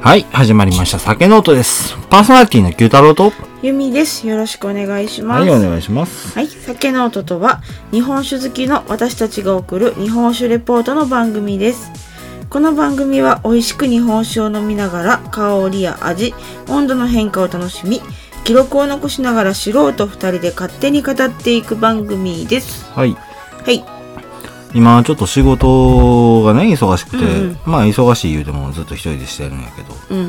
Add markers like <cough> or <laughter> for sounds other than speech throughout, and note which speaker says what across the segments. Speaker 1: はい、始まりました。酒ノートです。パーソナリティの九太郎と。
Speaker 2: ゆみです。よろしくお願いします。
Speaker 1: はい、お願いします。
Speaker 2: はい、酒ノートとは日本酒好きの私たちが送る日本酒レポートの番組です。この番組は美味しく日本酒を飲みながら香りや味、温度の変化を楽しみ、記録を残しながら素人二人で勝手に語っていく番組です。
Speaker 1: はい、
Speaker 2: はい、
Speaker 1: 今ちょっと仕事がね、忙しくて、
Speaker 2: うんうん
Speaker 1: まあ忙しい言うてもずっと一人でしてるんやけど、
Speaker 2: うん、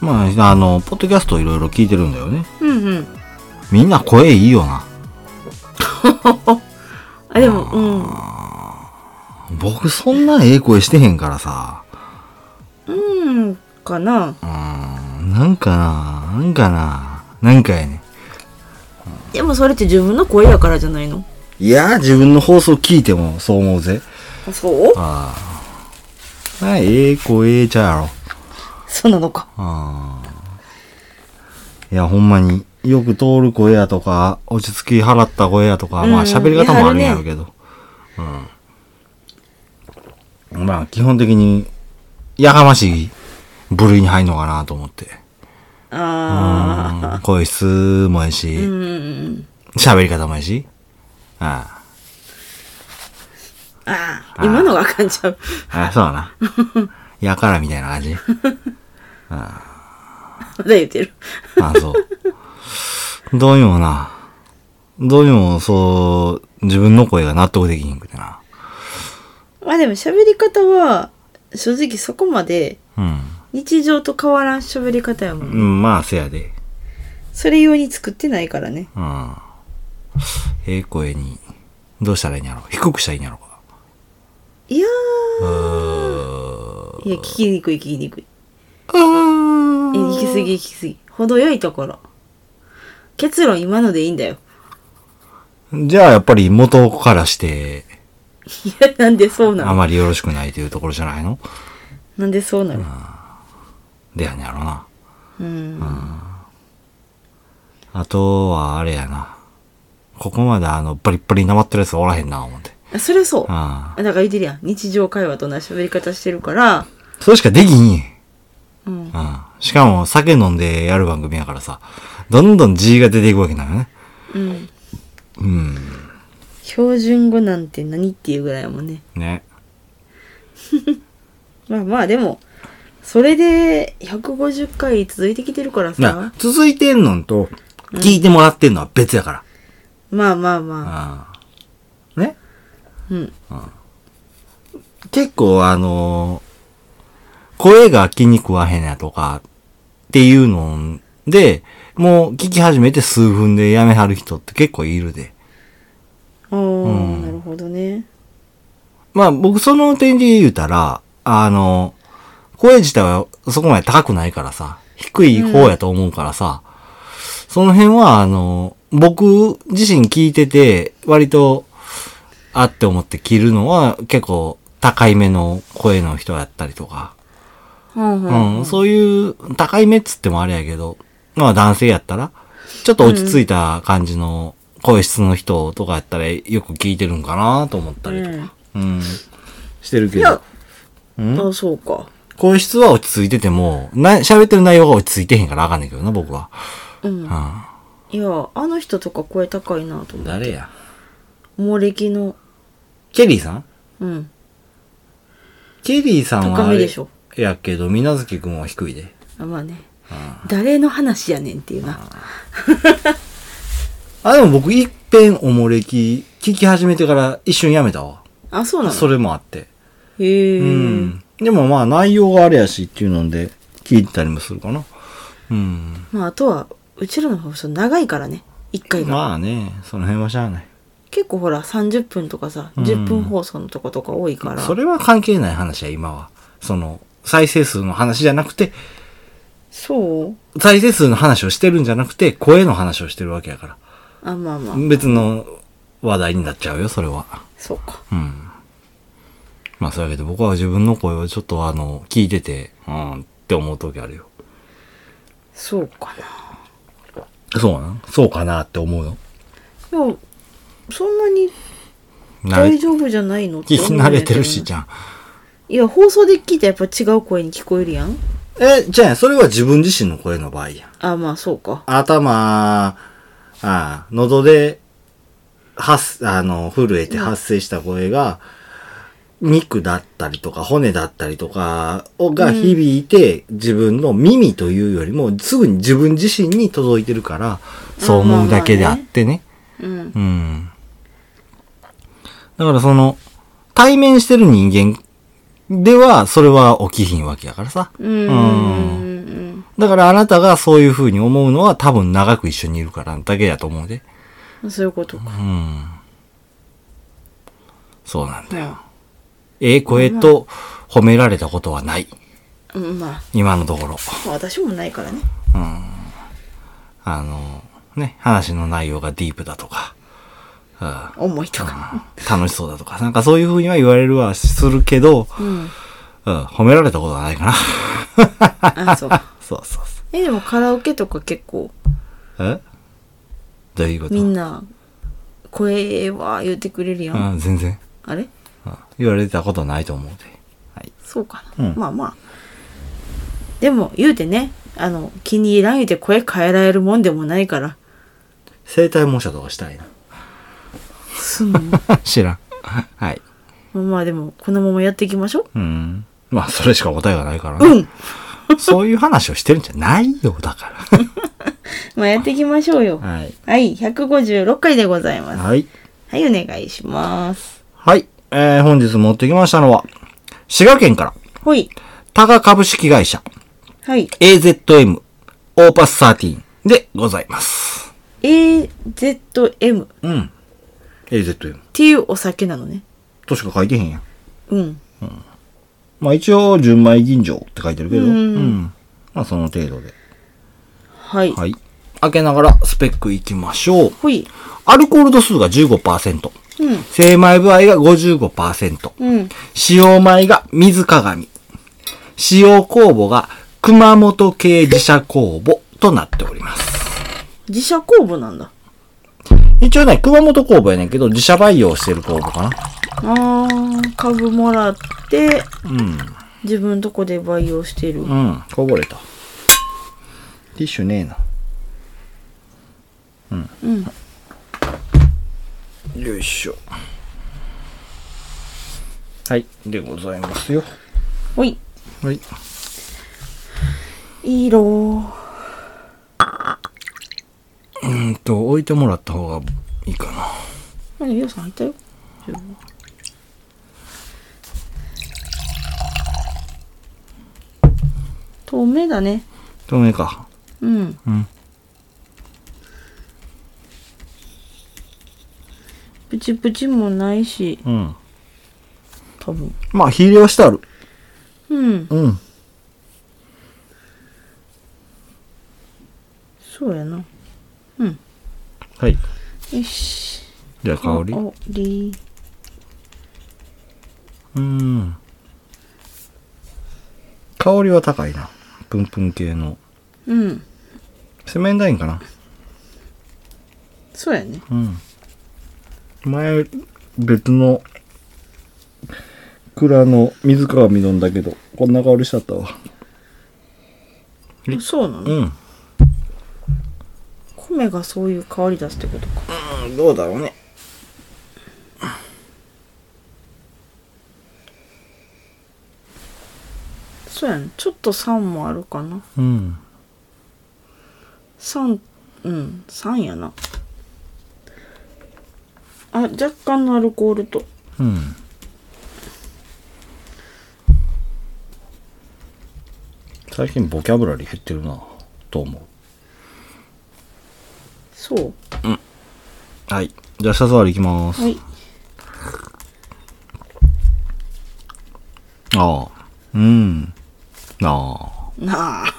Speaker 1: まあ、あの、ポッドキャストいろいろ聞いてるんだよね。
Speaker 2: うん、うん。
Speaker 1: みんな声いいよな。
Speaker 2: あ、でも、うん
Speaker 1: 僕そんなええ声してへんからさ。、
Speaker 2: うん、かな。
Speaker 1: うーん、なんかな、なんかな、なんかやね。
Speaker 2: でもそれって自分の声やからじゃないの。
Speaker 1: いやー、自分の放送聞いてもそう思うぜ。
Speaker 2: あそう？
Speaker 1: ああ。なええ声ちゃうやろ。
Speaker 2: そうなのか。
Speaker 1: ああ。いや、ほんまに、よく通る声やとか、落ち着き払った声やとか、
Speaker 2: うん
Speaker 1: まあ喋り方もあるんやろうけど。うん。まあ、基本的に、やかましい部類に入るのかなと思って。
Speaker 2: あ
Speaker 1: うん声質もや
Speaker 2: あ、う
Speaker 1: し、
Speaker 2: ん。
Speaker 1: 喋り方もやし。あ
Speaker 2: あ
Speaker 1: あ
Speaker 2: あ、
Speaker 1: ー
Speaker 2: 今のがあかんちゃう。
Speaker 1: あ。ああ、そうだ
Speaker 2: <laughs>
Speaker 1: な。やからみたいな感じ。
Speaker 2: まだ言ってる。
Speaker 1: <laughs> あ、そう。どうにもな。どうにも、そう、自分の声が納得できひんくてな。
Speaker 2: まあでも喋り方は、正直そこまで
Speaker 1: うん。
Speaker 2: 日常と変わらん喋り方やもん。
Speaker 1: うん、まあ、せやで。
Speaker 2: それ用に作ってないからね。
Speaker 1: うん。ええ声に、どうしたらいいんやろ低くしたらいいんやろか。
Speaker 2: いや
Speaker 1: う
Speaker 2: ー、いや、聞きにくい聞きにくい。
Speaker 1: ーん。
Speaker 2: え、行き過ぎ行き過ぎ。程よいところ。結論今のでいいんだよ。 <laughs>
Speaker 1: じゃあ、やっぱり元からして、
Speaker 2: いや、なんでそうな
Speaker 1: あ
Speaker 2: の
Speaker 1: まりよろしくないというところじゃないの
Speaker 2: なんでそうなの
Speaker 1: でやんやろな。
Speaker 2: うん。
Speaker 1: あとは、あれやな。ここまであの、バリッバリに黙ってるやつおらへんな、思って。
Speaker 2: あそれはそう。だ
Speaker 1: ああ。
Speaker 2: から言ってるやん。日常会話と同じ喋り方してるから、
Speaker 1: それしかできひんやん。
Speaker 2: うん。
Speaker 1: うん。しかも、酒飲んでやる番組やからさ、どんどん G が出ていくわけなのね。
Speaker 2: うん。
Speaker 1: うん。
Speaker 2: 標準語なんて何っていうぐらいやもんね。
Speaker 1: ね。
Speaker 2: まあまあでも、それで150回続いてきてるから
Speaker 1: な
Speaker 2: さ。、
Speaker 1: 続いてんのんと、聞いてもらってんのは別やから。
Speaker 2: まあまあまあ。
Speaker 1: ああね
Speaker 2: うん。
Speaker 1: 結構あのー声が気に食わへんやとか、っていうので、もう聞き始めて数分でやめはる人って結構いるで。
Speaker 2: ああ、
Speaker 1: うん
Speaker 2: なるほどね。
Speaker 1: まあ僕その点で言うたら、あの、声自体はそこまで高くないからさ、低い方やと思うからさ、その辺はあの、僕自身聞いてて、割と、あって思って着るのは結構高い目の声の人やったりとか、
Speaker 2: うんう
Speaker 1: うんん、そういう高い目っつってもあれやけど、まあ男性やったら、ちょっと落ち着いた感じの声質の人とかやったらよく聞いてるんかなと思ったりとか。うん。してるけ
Speaker 2: いや
Speaker 1: ど。、うん
Speaker 2: あそうか。
Speaker 1: 声質は落ち着いてても、な、喋ってる内容が落ち着いてへんからあかんねんけどな、僕は。
Speaker 2: うん。
Speaker 1: う
Speaker 2: いや、あの人とか声高いなと
Speaker 1: ん。
Speaker 2: 思う。
Speaker 1: 誰や
Speaker 2: 猛歴の、
Speaker 1: ケリーさん
Speaker 2: うん。
Speaker 1: ケリーさんはあ
Speaker 2: 高
Speaker 1: れ
Speaker 2: めでしょ
Speaker 1: やけど、みなずきくんは低いで。
Speaker 2: あまあね。誰の話やねんっていうな。
Speaker 1: あ、でも僕、いっぺんおもれき、聞き始めてから一瞬やめたわ。
Speaker 2: あ、そうな
Speaker 1: そ
Speaker 2: の
Speaker 1: れもあって。
Speaker 2: へえ。
Speaker 1: うん。でもまあ、内容があれやしっていうので、聞いてたりもするかな。うん。
Speaker 2: まああとは、うちらの放送長いからね。1回が。
Speaker 1: まあね、その辺はしゃあない。
Speaker 2: 結構ほら、30分とかさ、
Speaker 1: うん
Speaker 2: 10分放送のとことか多いから。
Speaker 1: それは関係ない話や、今は。その、再生数の話じゃなくて、
Speaker 2: そう
Speaker 1: 再生数の話をしてるんじゃなくて、声の話をしてるわけやか
Speaker 2: あ、まあまあ
Speaker 1: ら。。別の話題になっちゃうよ、それは。
Speaker 2: そうか。
Speaker 1: うん。まあ、そうやけど、僕は自分の声をちょっとあの、聞いてて、うん、って思う時あるよ。
Speaker 2: そうかな。
Speaker 1: そうなんそうかなって思うよ。
Speaker 2: でも、そんなに
Speaker 1: 慣れ
Speaker 2: 大、丈夫じゃないのっ
Speaker 1: 聞き
Speaker 2: 思うんや
Speaker 1: <laughs> 慣
Speaker 2: けど
Speaker 1: れてるし、じゃん。
Speaker 2: いや、放送で聞いたらやっぱ違う声に聞こえるやん。
Speaker 1: え、じゃあ、それは自分自身の声の場合やん。
Speaker 2: あ、まあそうか。
Speaker 1: 頭、ああ喉で、発す、あの、震えて発生した声が、肉だったりとか骨だったりとかをが響いて、自分の耳というよりも、すぐに自分自身に届いてるから、そう思うだけであってね。
Speaker 2: うん。
Speaker 1: うん。だからその、対面してる人間では、それは起きひんわけやからさ。
Speaker 2: うん。うん。
Speaker 1: だからあなたがそういう風に思うのは多分長く一緒にいるからだけやと思うで。
Speaker 2: うんそういうことか。
Speaker 1: うん。そうなんだ。
Speaker 2: う
Speaker 1: ええ声と褒められたことはない。
Speaker 2: んうん。まあ、
Speaker 1: 今のところ。
Speaker 2: まあ私もないからね。
Speaker 1: あの、ね、話の内容がディープだとか、うん
Speaker 2: 思いとか。
Speaker 1: 楽しそうだとか、なんかそういう風には言われるはするけど、
Speaker 2: うん。
Speaker 1: うん、褒められたことはないか <laughs> な。
Speaker 2: あ、そう。
Speaker 1: そうそうそ
Speaker 2: え、でもカラオケとか結構、
Speaker 1: う。えどういうこと
Speaker 2: みんな、声は言ってくれるやん。
Speaker 1: うん、全然、
Speaker 2: あれ
Speaker 1: うん言われたことないと思うで。はい。
Speaker 2: そうかな、
Speaker 1: うん
Speaker 2: まあまあでも言うてねあの気に入らん言うて声変えられるもんでもないから
Speaker 1: 生体模写とかしたいな。
Speaker 2: すんのま
Speaker 1: <laughs> 知らん。はい。
Speaker 2: あまあでもこのままやっていきましょ
Speaker 1: うん。まあ、それしか答えがないから
Speaker 2: うう
Speaker 1: ね。
Speaker 2: ん
Speaker 1: そういう話をしてるんじゃないよ、だか
Speaker 2: まあやっていきましょうよ
Speaker 1: ら。はい。
Speaker 2: はい156回でございます
Speaker 1: はい。
Speaker 2: はいお願いします
Speaker 1: はい。えー、本日持ってきましたのは、滋賀県から、
Speaker 2: ほい
Speaker 1: タガ株式会社、
Speaker 2: はい
Speaker 1: AZM、オーパス13でございます。
Speaker 2: AZM っ
Speaker 1: うん。AZM。
Speaker 2: ていうお酒なのね
Speaker 1: としか書いてへんやん。
Speaker 2: うん
Speaker 1: まあ一応、純米吟醸って書いてるけど、
Speaker 2: うん
Speaker 1: まあその程度で。
Speaker 2: はい、
Speaker 1: はい。開けながらスペックいきましょう。
Speaker 2: ほい
Speaker 1: アルコール度数が15%。
Speaker 2: うん
Speaker 1: 精米部合が55%。
Speaker 2: うん
Speaker 1: 使用米が水鏡。使用酵母が熊本系自社酵母となっております。
Speaker 2: 自社酵母なんだ
Speaker 1: 一応ね、熊本酵母やねんけど、自社培養してる酵母かな。
Speaker 2: あー株もらって
Speaker 1: うん。
Speaker 2: 自分とこで培養してる
Speaker 1: うん。こぼれた。ティッシュねえな。
Speaker 2: うん
Speaker 1: よいしょ。はい。でございますよ。
Speaker 2: ほい
Speaker 1: はい。
Speaker 2: いいろ
Speaker 1: うんと、置いてもらった方がいいかな。
Speaker 2: 何ゆうさん入ったよ透明だね
Speaker 1: 透明か。
Speaker 2: うん
Speaker 1: うん。
Speaker 2: プチプチもないし
Speaker 1: うん。
Speaker 2: 多分
Speaker 1: まあ、火入れはしてある。
Speaker 2: うん
Speaker 1: うん。
Speaker 2: そうやな
Speaker 1: はい。
Speaker 2: よし
Speaker 1: じゃあ、香り。
Speaker 2: 香り
Speaker 1: うん。香りは高いな。プンプン系の。
Speaker 2: うん
Speaker 1: セメンダインかな。
Speaker 2: そうやね
Speaker 1: うん。前、別の蔵の水鏡飲んだけど、こんな香りしちゃったわ。え
Speaker 2: そうなの、
Speaker 1: うん。
Speaker 2: 米がそういう香り出すってことか
Speaker 1: うん、どうだろうね。
Speaker 2: そうやねちょっと酸もあるかな
Speaker 1: うん。
Speaker 2: 三うん三やなあ若干のアルコールと
Speaker 1: うん。最近ボキャブラリー減ってるな、と思
Speaker 2: そう
Speaker 1: う。はい。じゃあ、下触りいきます。
Speaker 2: はい
Speaker 1: ああ。うん。ああ。
Speaker 2: なあ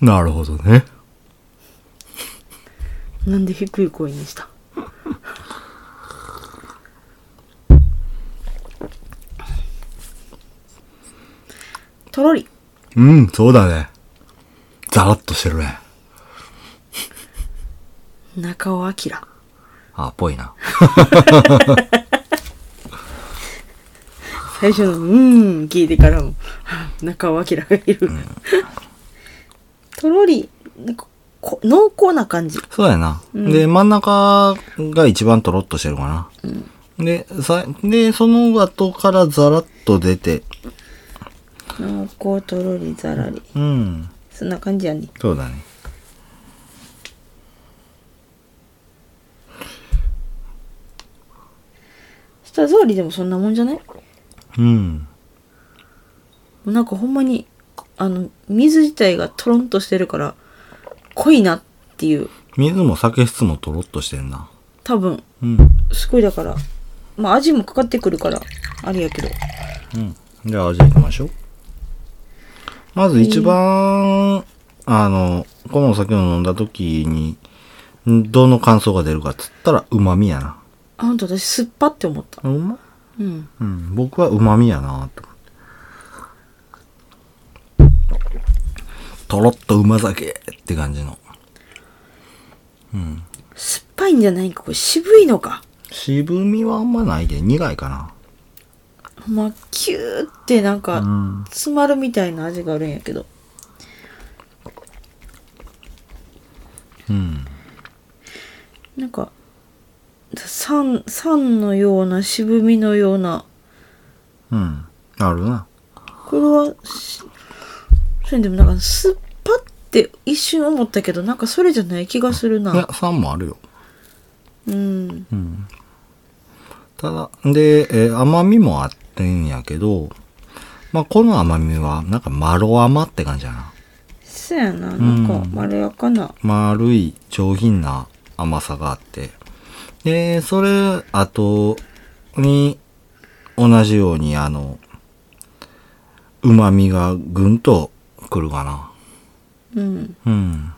Speaker 1: なるほどね。
Speaker 2: なんで低い声にしたとろり
Speaker 1: うん、そうだね。ザラッとしてるね。
Speaker 2: 中尾明
Speaker 1: あ、ぽいな。
Speaker 2: 最初の「うーん」聞いてからも中尾明がいる、とろりここ濃厚な感じ
Speaker 1: そうやな。で、真ん中が一番とろっとしてるかな。で、さ、で、その後からザラッと出て、
Speaker 2: 濃厚とろりざらり
Speaker 1: うん。
Speaker 2: そんな感じやね
Speaker 1: そうだね。
Speaker 2: 舌触りでもそんなもんじゃないも
Speaker 1: うん。
Speaker 2: うなんかほんまにあの水自体がとろんとしてるから濃いなっていう
Speaker 1: 水も酒質もとろっとしてんな。
Speaker 2: 多分
Speaker 1: うん。
Speaker 2: すごいだからまあ味もかかってくるからあれやけど
Speaker 1: うん。じゃあ味行きましょう。まず一番、あの、このお酒を飲んだ時に、んどの感想が出るかっつったら、旨味やな。
Speaker 2: あんた私酸っぱって思った
Speaker 1: うま
Speaker 2: うん
Speaker 1: うん。僕は旨味やなと思って。とろっと旨酒って感じの。
Speaker 2: 酸っぱいんじゃないかこれ渋いのか
Speaker 1: 渋みはあんまないで、苦いかな。
Speaker 2: まあキューってなん
Speaker 1: う
Speaker 2: か
Speaker 1: ん。
Speaker 2: 詰まるみたいな味があるんやけど
Speaker 1: うん。
Speaker 2: なんか酸酸のような渋みのような
Speaker 1: うん。あるな。
Speaker 2: これはしそれでもなんか酸っぱって一瞬思ったけどなんかそれじゃない気がする
Speaker 1: いや
Speaker 2: な、
Speaker 1: 酸もあるよ。
Speaker 2: うん
Speaker 1: うんただ、で、えー甘みもあってんやけど、まあ、この甘みは、なんか、まろ甘って感じやな。
Speaker 2: そやななんかまろやかな
Speaker 1: 丸い、上品な甘さがあって。で、それ、あと、に、同じように、あの、旨味がぐんとくるかな。
Speaker 2: うん
Speaker 1: うん。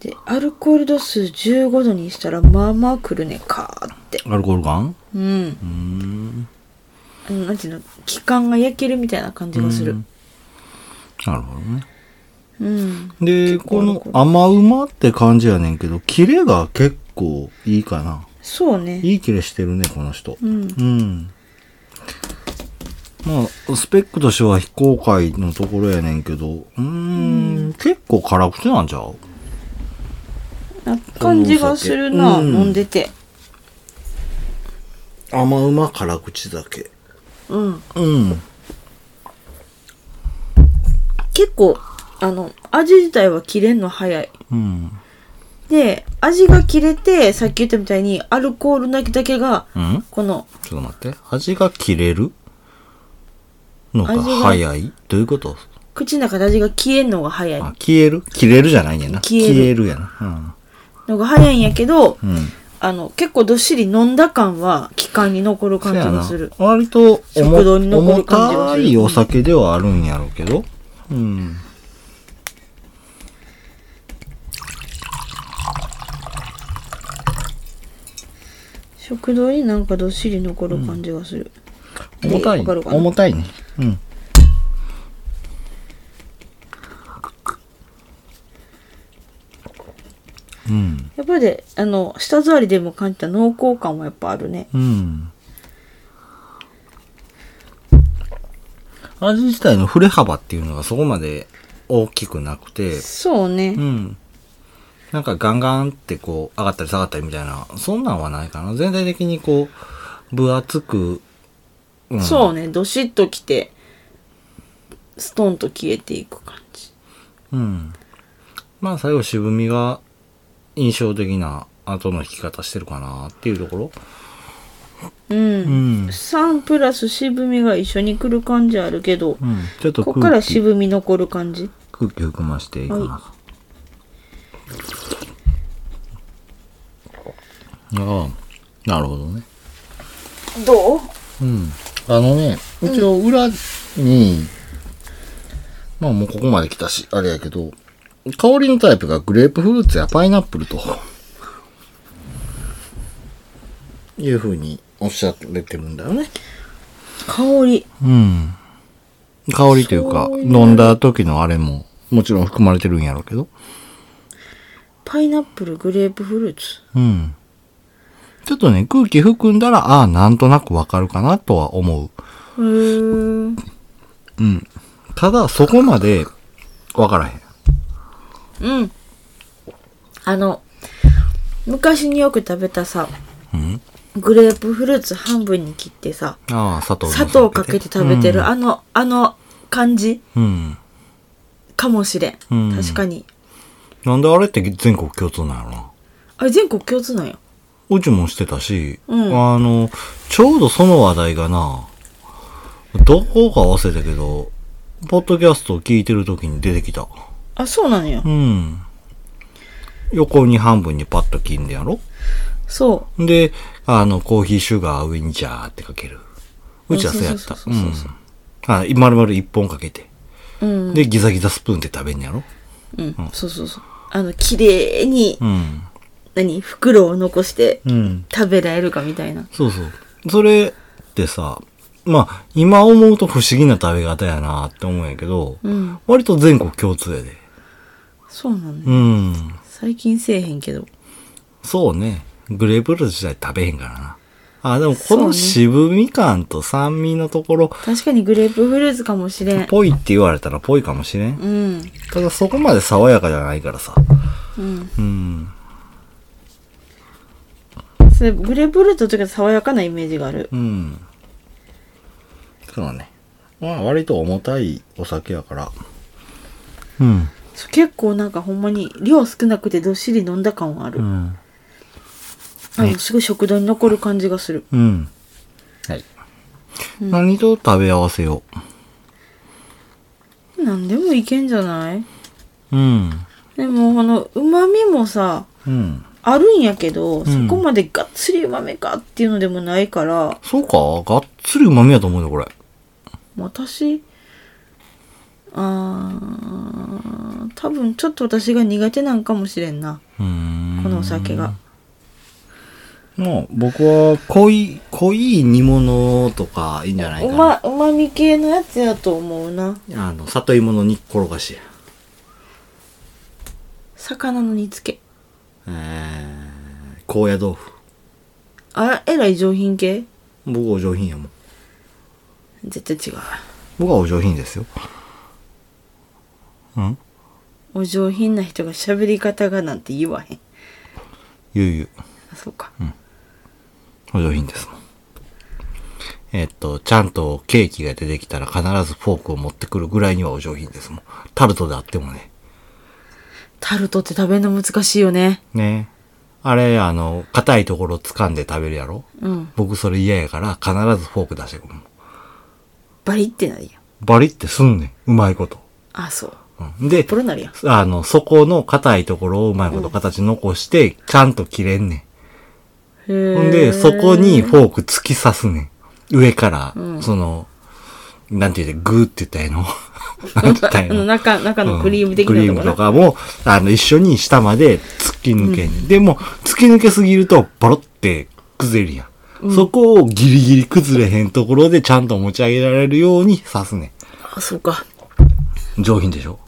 Speaker 2: でアルコール度数15度にしたらまあまあくるねかーって
Speaker 1: アルコール感
Speaker 2: うん
Speaker 1: うーん。
Speaker 2: あのなんていうの気管が焼けるみたいな感じがす
Speaker 1: う
Speaker 2: る
Speaker 1: んなるほどね。
Speaker 2: うん
Speaker 1: で、この甘うまって感じやねんけど、キレが結構いいかな。
Speaker 2: そうね
Speaker 1: いいキレしてるね、この人。
Speaker 2: うん
Speaker 1: うん。まあ、スペックとしては非公開のところやねんけど、うーん、結構辛口なんちゃう
Speaker 2: な感じがするな、
Speaker 1: うん
Speaker 2: 飲んでて
Speaker 1: 甘うま辛口だけ。
Speaker 2: うん
Speaker 1: うん。
Speaker 2: 結構あの味自体は切れんの早い
Speaker 1: うん。
Speaker 2: で味が切れてさっき言ったみたいにアルコールだけだけが
Speaker 1: うん
Speaker 2: この
Speaker 1: ちょっと待って。味が切れるのが
Speaker 2: 味が
Speaker 1: 早いどういうこと
Speaker 2: 口の中で味が消えんのが早い
Speaker 1: あ、消える切れるじゃないねんな。
Speaker 2: 消える
Speaker 1: やな。
Speaker 2: のが早いんやけど、
Speaker 1: うん。うん
Speaker 2: あの結構どっしり飲んだ感は気管に残る感じがする
Speaker 1: せやな割と重
Speaker 2: 食堂に残る感じが
Speaker 1: 重
Speaker 2: す
Speaker 1: た
Speaker 2: る
Speaker 1: いお酒ではあるんやろうけど。うん。
Speaker 2: 食堂になんかどっしり残る感じがする、
Speaker 1: 重たい。
Speaker 2: わかるかな
Speaker 1: 重たいね。うん。うん。
Speaker 2: やっぱりであの舌触りでも感じた濃厚感はやっぱあるね
Speaker 1: うん。味自体の触れ幅っていうのがそこまで大きくなくて、
Speaker 2: そうね
Speaker 1: うん。なんかガンガンってこう上がったり下がったりみたいな、そんなんはないかな。全体的にこう、分厚く、うん、
Speaker 2: そうね、どしっときて、ストンと消えていく感じ。
Speaker 1: う。うん。まあ最後渋みが印象的な後の引き方してるかなっていうところ。う
Speaker 2: う。
Speaker 1: んん。
Speaker 2: 酸プラス渋みが一緒に来る感じあるけど
Speaker 1: う、ん。ちょっと
Speaker 2: こっから
Speaker 1: 空気、
Speaker 2: 渋み残る感じ。
Speaker 1: 空気含ましていきます。ああ、なるほどね。
Speaker 2: どう
Speaker 1: うん。あのね、一応裏に、まあもうここまで来たし、あれやけど、香りのタイプがグレープフルーツやパイナップルと、いう風におっしゃられてるんだよね。
Speaker 2: 香り。
Speaker 1: うん。香りというか、
Speaker 2: そういう
Speaker 1: 飲んだ時のあれも、もちろん含まれてるんやろうけど。
Speaker 2: パイナップル、グレープフルーツ。
Speaker 1: うん。ちょっとね、空気含んだら、ああ、なんとなくわかるかなとは思う。
Speaker 2: へー
Speaker 1: うん。ただ、そこまで、わからへん。
Speaker 2: うん。あの、昔によく食べたさ、
Speaker 1: うん
Speaker 2: グレープフルーツ半分に切ってさ、
Speaker 1: ああ、砂糖。
Speaker 2: 砂糖かけて食べてる、
Speaker 1: うん
Speaker 2: あの、あの感じ
Speaker 1: うん。
Speaker 2: かもしれん。
Speaker 1: うん
Speaker 2: 確かに。
Speaker 1: なんであれって全国共通なんやろな。
Speaker 2: あれ全国共通なんや。
Speaker 1: うちもしてたし、
Speaker 2: うん
Speaker 1: あの、ちょうどその話題がな、どこか忘れたけど、ポッドキャストを聞いてる時に出てきた。
Speaker 2: あ、そうなのよ
Speaker 1: う。ん。横に半分にパッと切んでやろ
Speaker 2: そ
Speaker 1: で、あの、コーヒーシュガーウィンジャーってかける。うちはそうやった。
Speaker 2: そううそうそうんそう。
Speaker 1: あ、丸々一本かけて。
Speaker 2: う。うん。
Speaker 1: で、ギザギザスプーンで食べんねやろ
Speaker 2: うん。そうそうそう。あの、綺麗に、
Speaker 1: うん。
Speaker 2: 何、袋を残して
Speaker 1: うん。
Speaker 2: 食べられるかみたいな。
Speaker 1: そうそう。それってさ、まあ、今思うと不思議な食べ方やなって思うんやけど、
Speaker 2: うん。
Speaker 1: 割と全国共通やで。
Speaker 2: そうなのよ。
Speaker 1: うん。
Speaker 2: 最近せえへんけど。
Speaker 1: そうね。グレープフルーツ自体食べへんからな。あ、でもこ
Speaker 2: そう
Speaker 1: の
Speaker 2: ね
Speaker 1: 渋み感と酸味のところ、
Speaker 2: 確かにグレープフルーツかもしれん。
Speaker 1: ぽいって言われたらぽいかもしれん。
Speaker 2: うん。
Speaker 1: ただそこまで爽やかじゃないからさ。
Speaker 2: うん。
Speaker 1: うん。
Speaker 2: それグレープフルーツの時は爽やかなイメージがある。
Speaker 1: うん。そうね。まあ割と重たいお酒やから。うん。
Speaker 2: そう結構なんかほんまに量少なくてどっしり飲んだ感はある。
Speaker 1: うん。
Speaker 2: あのすごい食堂に残る感じがする。
Speaker 1: うん。はい。何と食べ合わせよ。
Speaker 2: なんでもいけんじゃないう
Speaker 1: うん。
Speaker 2: でもこの旨味もさ、
Speaker 1: うん。
Speaker 2: あるんやけど、
Speaker 1: ん
Speaker 2: そこまでがっつり旨味かっていうのでもないから、
Speaker 1: そうかがっつり旨味やと思うよ、これ。
Speaker 2: 私、あー、多分ちょっと私が苦手なんかもしれんな。
Speaker 1: うーん。
Speaker 2: このお酒が。
Speaker 1: もう僕は濃い、濃い煮物とかいいんじゃないかな。
Speaker 2: うま、旨味系のやつやと思うな。
Speaker 1: あの、里芋の煮っころがしや。
Speaker 2: 魚の煮付け。
Speaker 1: えー、高野豆腐。
Speaker 2: あら、えらい上品系
Speaker 1: 僕はお上品やもん。
Speaker 2: 絶対違う。
Speaker 1: 僕はお上品ですよ。うん
Speaker 2: お上品な人が喋り方がなんて言わへん。
Speaker 1: ゆうゆう。
Speaker 2: あ、そうか。
Speaker 1: お上品ですもん。えっと、ちゃんとケーキが出てきたら必ずフォークを持ってくるぐらいにはお上品ですもん。タルトであってもね。
Speaker 2: タルトって食べるの難しいよね。
Speaker 1: ねあれ、あの、硬いところ掴んで食べるやろ
Speaker 2: うん。
Speaker 1: 僕それ嫌やから必ずフォーク出してくるもん。
Speaker 2: バリってなるやん。
Speaker 1: バリってすんねん。うまいこと。
Speaker 2: あ、そう。
Speaker 1: うん、で、
Speaker 2: ポロなるやん。
Speaker 1: あの、底の硬いところをうまいこと形残して、ちゃんと切れんねん。
Speaker 2: へ
Speaker 1: ほんで、そこにフォーク突き刺すねん。上から、
Speaker 2: うん
Speaker 1: その、なんて言うて、グーって言ったらええ
Speaker 2: <laughs>
Speaker 1: のなんて言ったらええ
Speaker 2: の
Speaker 1: の
Speaker 2: 中、中のクリーム的
Speaker 1: うんク
Speaker 2: な
Speaker 1: リー
Speaker 2: と
Speaker 1: ム
Speaker 2: ことろ。
Speaker 1: かも、あの、一緒に下まで突き抜けんねん、でも、突き抜けすぎると、ボロって崩れるやん。そこをギリギリ崩れへんところでちゃんと持ち上げられるように刺すね
Speaker 2: あ、そうか。
Speaker 1: ん。上品でしょ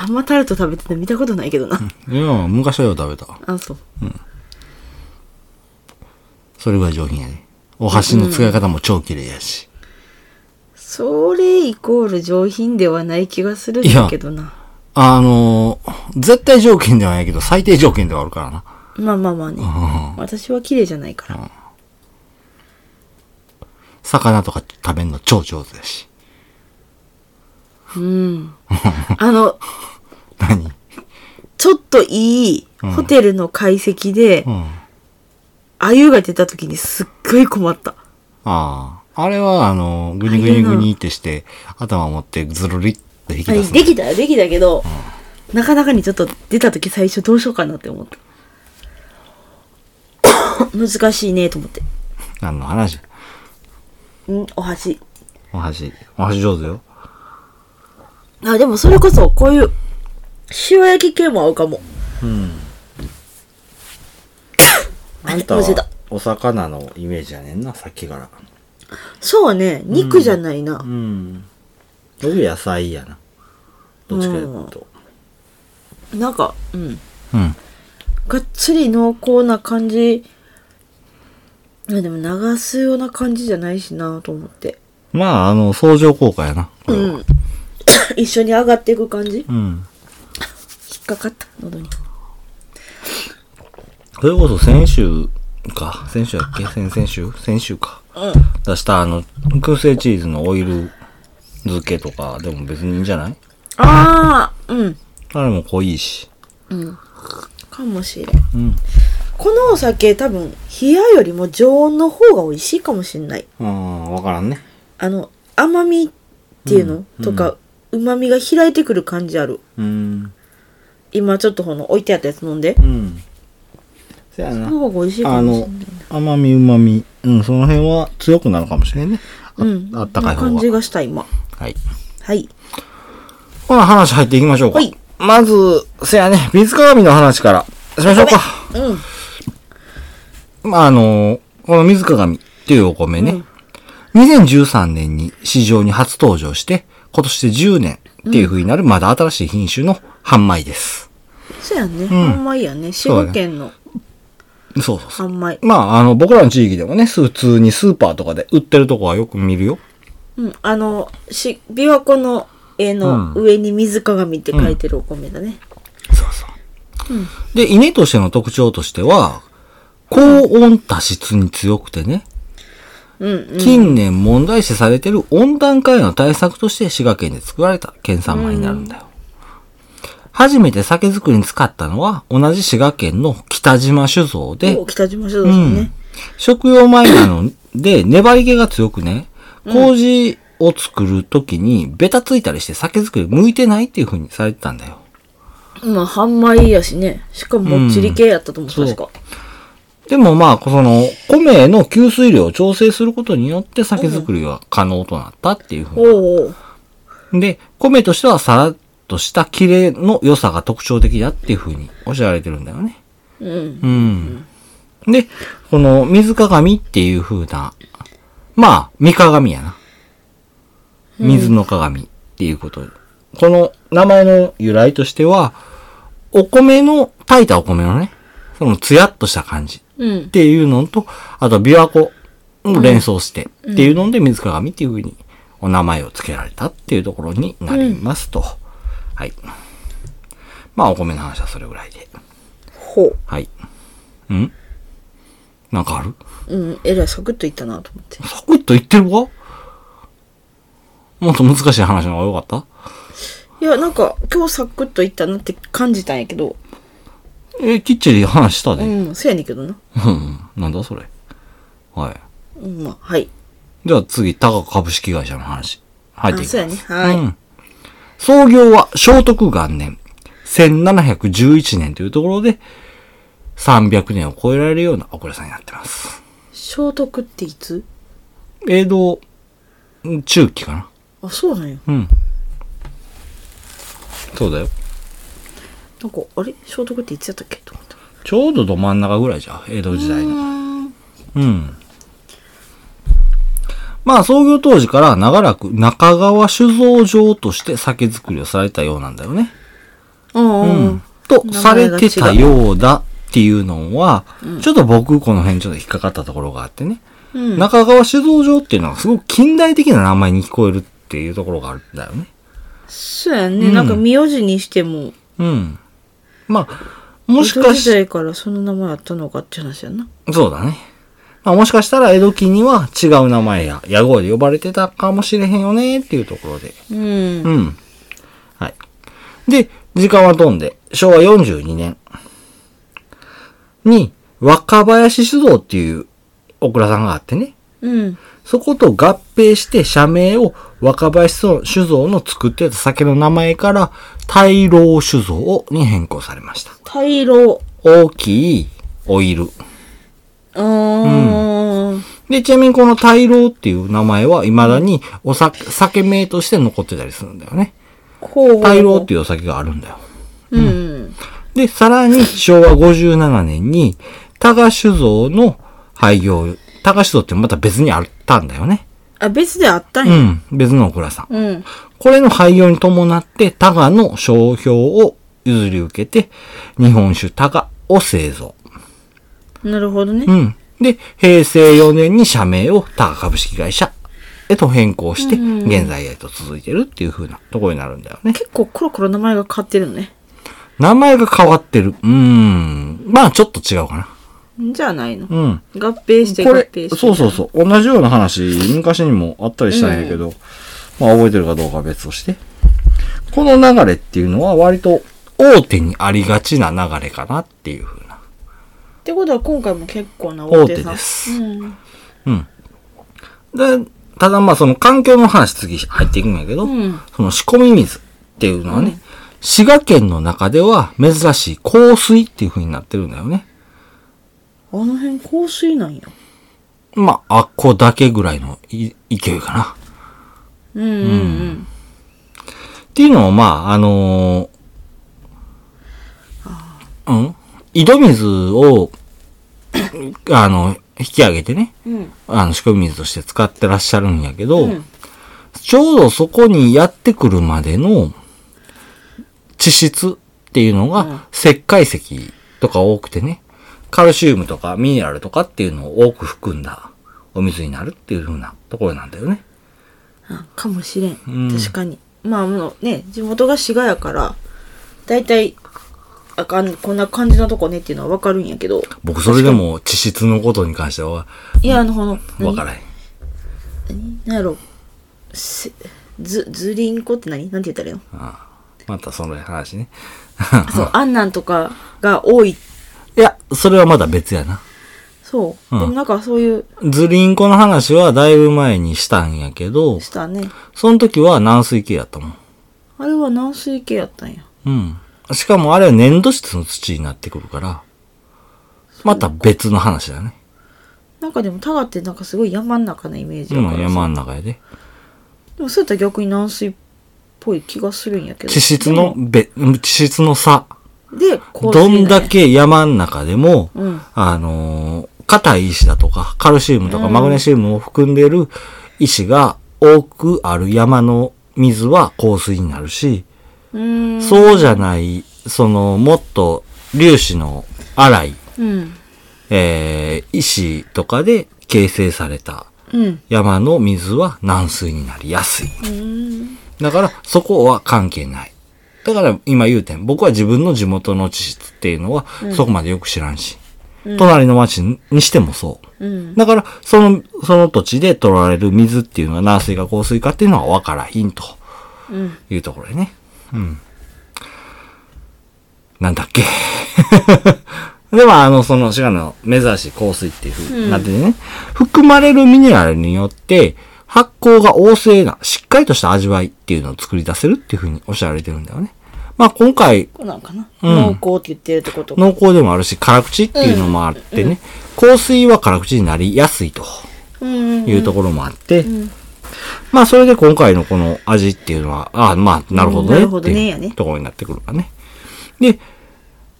Speaker 2: あんまタルト食べてて見たことないけどな。
Speaker 1: いや、昔はよう食べた。
Speaker 2: あ、そう。
Speaker 1: それぐらい上品やね。お箸の使い方も超綺麗やし。
Speaker 2: それイコール上品ではない気がするんだけどな。
Speaker 1: あのー絶対条件ではないけど、最低条件ではあるからな。
Speaker 2: まあまあまあね。
Speaker 1: う
Speaker 2: 私は綺麗じゃないから。
Speaker 1: 魚とか食べんの超上手だし。
Speaker 2: うん。あの、
Speaker 1: 何
Speaker 2: ちょっといいホテルの解析で
Speaker 1: う、ん。
Speaker 2: 鮎が出た時にすっごい困った。
Speaker 1: ああ。あれは、あのー、ぐにぐにぐにってして、頭を持ってずるりって引き出す、
Speaker 2: で
Speaker 1: ね。
Speaker 2: きたよできたけど、なかなかにちょっと出た時最初どうしようかなって思った。 <laughs> 難しいねと思って。
Speaker 1: あの話。
Speaker 2: うん、お箸。
Speaker 1: お箸。お箸上手よ。
Speaker 2: あ、でもそれこそこういう塩焼き系も合うかも。
Speaker 1: あんた
Speaker 2: 間違えた
Speaker 1: はお魚のイメージやねんな、さっきから。
Speaker 2: そうね、肉じゃないな。
Speaker 1: うん。僕野菜やな。どっちかいうと。
Speaker 2: なんか、うん。
Speaker 1: うん。
Speaker 2: がっつり濃厚な感じやでも流すような感じじゃないしなと思って <coughs>
Speaker 1: まあ、あの、相乗効果やな。こ
Speaker 2: う
Speaker 1: れは
Speaker 2: ん一緒に上がっていく感じ引
Speaker 1: うん。
Speaker 2: っかかった喉に
Speaker 1: それこそ先週か。先週やっけ先々週先週か。
Speaker 2: うん
Speaker 1: 出したあの、燻製チーズのオイル漬けとかでも別にいいんじゃない
Speaker 2: ああうん
Speaker 1: あれも濃いし。
Speaker 2: うんかもしれん
Speaker 1: うん。
Speaker 2: このお酒多分冷やよりも常温の方が美味しいかもしれない
Speaker 1: うん、わからんね。
Speaker 2: あの甘みっていうの、
Speaker 1: うん
Speaker 2: とか旨味が開いてくる感じある
Speaker 1: うん。
Speaker 2: 今ちょっとこの置いてあったやつ飲んで
Speaker 1: うん。そや
Speaker 2: そ
Speaker 1: な
Speaker 2: の。方が美味しいか
Speaker 1: あ
Speaker 2: もしれ
Speaker 1: の
Speaker 2: ない、
Speaker 1: 甘み、旨み。うん、その辺は強くなるかもしれんね。あ,、
Speaker 2: うん
Speaker 1: あったかい
Speaker 2: な
Speaker 1: 方
Speaker 2: 感じ
Speaker 1: が。
Speaker 2: がした今
Speaker 1: はい。
Speaker 2: はい
Speaker 1: ほな、話入っていきましょうか。
Speaker 2: はい
Speaker 1: まず、せやね、水鏡の話からしましょうか。
Speaker 2: うん
Speaker 1: まあ、あの、この水鏡っていうお米ね、2013年に市場に初登場して、今年で10年っていう風になる、まだ新しい品種の販売です。
Speaker 2: そうやね、ほんまいいやね滋賀県の
Speaker 1: そうそうそう。
Speaker 2: 三枚
Speaker 1: まあ、あの、僕らの地域でもね、普通にスーパーとかで売ってるとこはよく見るよ。
Speaker 2: うんあのし琵琶湖の絵の
Speaker 1: う
Speaker 2: 上に水鏡って書いてるお米だね、
Speaker 1: そうそう。で、稲としての特徴としては、高温多湿に強くてね、
Speaker 2: うん、うん
Speaker 1: 近年問題視されてる温暖化への対策として滋賀県で作られた県産米になるんだよ。初めて酒造りに使ったのは同じ滋賀県の北島酒造で
Speaker 2: お、北島酒
Speaker 1: う
Speaker 2: 造さん
Speaker 1: ん
Speaker 2: ね、、
Speaker 1: 食用米なので粘り気が強くね、麹を作るときにベタついたりして酒造り向いてないっていう風にされてたんだよ。
Speaker 2: まあ半米やしねしかももっちり系やったと思う、
Speaker 1: うん
Speaker 2: 確か
Speaker 1: でもまあ、その、米の吸水量を調整することによって酒造りは可能となったっていう風に
Speaker 2: おうおう
Speaker 1: で、米としてはさらっとしたキレの良さが特徴的だっていう風におっしゃられてるんだよね。
Speaker 2: うん
Speaker 1: うん。で、この水鏡っていう風な、まあ、三鏡やな。水の鏡っていうこと。この名前の由来としては、お米の、炊いたお米のね、そのツヤっとした感じ
Speaker 2: うん
Speaker 1: っていうのと、あと琵琶湖を連想してっていうので、水鏡っていうふうにお名前を付けられたっていうところになりますと。はい。まあ、お米の話はそれぐらいで。
Speaker 2: ほう
Speaker 1: はい。うんなんかある
Speaker 2: うんえらいサクッといったなと思って
Speaker 1: サクッと言ってるわもっと難しい話の方が良かっ
Speaker 2: いやなんか今日サクッといったなって感じたんやけど
Speaker 1: たえ、きっちり話した
Speaker 2: う
Speaker 1: で。
Speaker 2: んそうやねんけどな
Speaker 1: うん。なんだそれ。はい。
Speaker 2: うんまあはい
Speaker 1: じゃあ次、タカ株式会社の話。入っていきます。
Speaker 2: あそうやねはい
Speaker 1: ん創業は聖徳元年、1711年というところで、300年を超えられるようなお蔵さんになってます。
Speaker 2: 聖徳っていつ
Speaker 1: 江戸中期かな。
Speaker 2: あそうなんや
Speaker 1: うん。そうだよ。
Speaker 2: なんかあれ聖徳っていつやったっけと思った
Speaker 1: ちょうどど真ん中ぐらいじゃん、江戸時代の。
Speaker 2: うん
Speaker 1: うん。まあ創業当時から長らく中川酒造場として酒造りをされたようなんだよね。
Speaker 2: うんうん
Speaker 1: とされてたようだっていうのは、ちょっと僕この辺ちょっと引っかかったところがあってね。
Speaker 2: うん
Speaker 1: 中川酒造場っていうのはすごく近代的な名前に聞こえるっていうところがあるんだよね。
Speaker 2: そうやね、
Speaker 1: うん
Speaker 2: なんか名字にしても
Speaker 1: うん。まあ、もしか
Speaker 2: 江戸時
Speaker 1: し、
Speaker 2: 代からその名前あったのかって話やな
Speaker 1: そうだね。まあ、もしかしたら江戸期には違う名前や屋号で呼ばれてたかもしれへんよねっていうところで。
Speaker 2: うん
Speaker 1: うん。はい。で、時間は飛んで、昭和42年に若林酒造っていうお蔵さんがあってね、
Speaker 2: うん
Speaker 1: そこと合併して社名を若林酒造の作ってた酒の名前から大老酒造に変更されました。
Speaker 2: 大老
Speaker 1: 大きいオイル。
Speaker 2: うーん
Speaker 1: で、ちなみにこの大老っていう名前は未だにお酒、酒名として残ってたりするんだよね。
Speaker 2: ほう
Speaker 1: 大老って
Speaker 2: い
Speaker 1: いうお酒があるんだよ。
Speaker 2: ううん
Speaker 1: で、さらに昭和57年に、多賀酒造の廃業、多賀酒造ってまた別にあったんだよね。
Speaker 2: あ別であったん
Speaker 1: う
Speaker 2: や
Speaker 1: ん、別のお蔵さん。
Speaker 2: うん
Speaker 1: これの廃業に伴って、多賀の商標を譲り受けて、日本酒多賀を製造。
Speaker 2: なるほどね
Speaker 1: うん。で、平成4年に社名をタカ株式会社へと変更して、
Speaker 2: うん
Speaker 1: 現在へと続いてるっていう風なところになるんだよね。
Speaker 2: 結構コロコロ名前が変わってるのね。
Speaker 1: 名前が変わってる。うーん。まあちょっと違うか
Speaker 2: んじゃないの。
Speaker 1: な。うん。
Speaker 2: 合併して
Speaker 1: こ
Speaker 2: 合
Speaker 1: れ
Speaker 2: 併して。
Speaker 1: そうそうそう。同じような話、昔にもあったりしたんやけど、まあ覚えてるかどうかは別として。この流れっていうのは割と大手にありがちな流れかなっていう風な。
Speaker 2: ってことは今回も結構な
Speaker 1: 大
Speaker 2: 大
Speaker 1: 手
Speaker 2: 手
Speaker 1: さ
Speaker 2: さ
Speaker 1: ん
Speaker 2: ん。
Speaker 1: です
Speaker 2: うん。
Speaker 1: で、ただまあその環境の話次入っていくんやけど、
Speaker 2: うん
Speaker 1: その仕込み水っていうのはね、
Speaker 2: うん
Speaker 1: 滋賀県の中では珍しい香水っていう風になってるんだよね。
Speaker 2: あの辺香水なんや。
Speaker 1: まあ、あっこだけぐらいのい勢いかな。
Speaker 2: うんうん
Speaker 1: っていうのも、まあ、あのーうん井戸水を、あの、引き上げてね、
Speaker 2: うん。うん。
Speaker 1: あの、仕込み水として使ってらっしゃるんやけど、
Speaker 2: うん
Speaker 1: ちょうどそこにやってくるまでの地質っていうの
Speaker 2: うん
Speaker 1: が石灰石とか多くてね、カルシウムとかミネラルとかっていうのを多く含んだお水になるっていう風なところなんだよね。
Speaker 2: あかもしれん。
Speaker 1: うん
Speaker 2: 確かに。まあ、もうね、地元が滋賀やから、だいたい、あかん、こんな感じのとこねっていうのはわかるんやけど。
Speaker 1: 僕それでも地質のことに関してはい
Speaker 2: や、あの、この、
Speaker 1: わから
Speaker 2: ん。
Speaker 1: へん。
Speaker 2: 何何やろ。せず、ずりんこって何なんて言ったらいいの
Speaker 1: ああまたその話ね。
Speaker 2: あそう、あんなんとかが多い。
Speaker 1: いや、それはまだ別やな。
Speaker 2: そう。
Speaker 1: うん
Speaker 2: でもなんかそういう、
Speaker 1: ズリンコの話はだいぶ前にしたんやけど、
Speaker 2: したね。
Speaker 1: その時は軟水系やったもん。
Speaker 2: あれは軟水系やったんや。
Speaker 1: うん。しかもあれは粘土質の土になってくるから、また別の話だね。
Speaker 2: なんかでも、タガってなんかすごい山ん中なイメージや
Speaker 1: 今
Speaker 2: からさ
Speaker 1: 山の中やで。
Speaker 2: でもそうやったら逆に軟水っぽい気がするんやけど。
Speaker 1: 地質のべ、地質の差。
Speaker 2: で、こう
Speaker 1: どんだ。け山の中でも、
Speaker 2: うん
Speaker 1: あのー硬い石だとか、カルシウムとか
Speaker 2: うん
Speaker 1: マグネシウムを含んでる石が多くある山の水は硬水になるし、
Speaker 2: うーん。
Speaker 1: そうじゃない、その、もっと粒子の粗い、
Speaker 2: うん。
Speaker 1: えー石とかで形成された
Speaker 2: うん。
Speaker 1: 山の水は軟水になりやすい。
Speaker 2: うん。
Speaker 1: だから、そこは関係ない。だから、今言うてん。僕は自分の地元の地質っていうのは、そこまでよく知らんし。隣の町にしてもそう。
Speaker 2: うん。
Speaker 1: だから、その、その土地で取られる水っていうのは、軟水か硬水かっていうのは分からへんと
Speaker 2: うん。
Speaker 1: いうところでね。うん。なんだっけ。 <laughs> では、あの、その、滋賀の珍しい香水っていう風になっててね、含まれるミネラルによって、発酵が旺盛な、しっかりとした味わいっていうのを作り出せるっていう風におっしゃられてるんだよね。まあ、今回、
Speaker 2: こうなんかな。
Speaker 1: うん
Speaker 2: 濃厚って言ってるってこと。
Speaker 1: 濃厚でもあるし、辛口っていうのもあってね、香水は辛口になりやすいと
Speaker 2: うん。
Speaker 1: いうところもあって、
Speaker 2: ん
Speaker 1: まあそれで今回のこの味っていうのは、ああ、まあなるほど
Speaker 2: な
Speaker 1: ね
Speaker 2: る
Speaker 1: っ
Speaker 2: ほ
Speaker 1: て
Speaker 2: どねや
Speaker 1: い
Speaker 2: ね
Speaker 1: うところになってくるわね。で、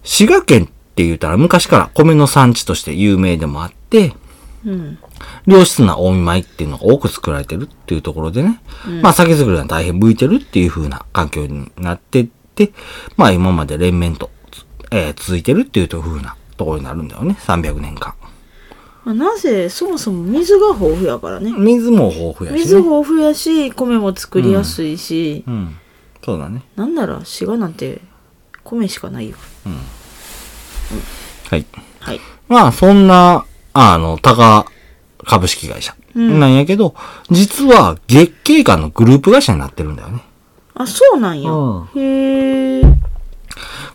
Speaker 1: 滋賀県って言ったら昔から米の産地として有名でもあって、
Speaker 2: うん。
Speaker 1: 良質なお見舞いっていうのが多く作られてるっていうところでね、まあ酒造りが大変向いてるっていう風な環境になってって、まあ今まで連綿と、えー続いてるっていう風なところになるんだよね、300年間。
Speaker 2: まあなぜ、そもそも水が豊富やからね。
Speaker 1: 水も豊富やし
Speaker 2: 水
Speaker 1: ね。
Speaker 2: 豊富やし、米も作りやすいし、
Speaker 1: うん。そうだね。
Speaker 2: なんなら滋賀なんて米しかないよ。
Speaker 1: はい。
Speaker 2: はい。
Speaker 1: まあそんな、あの、タカ株式会社
Speaker 2: うん
Speaker 1: なんやけど、実は月経館のグループ会社になってるんだよね。
Speaker 2: あ、そうなんや
Speaker 1: うん。
Speaker 2: へえ。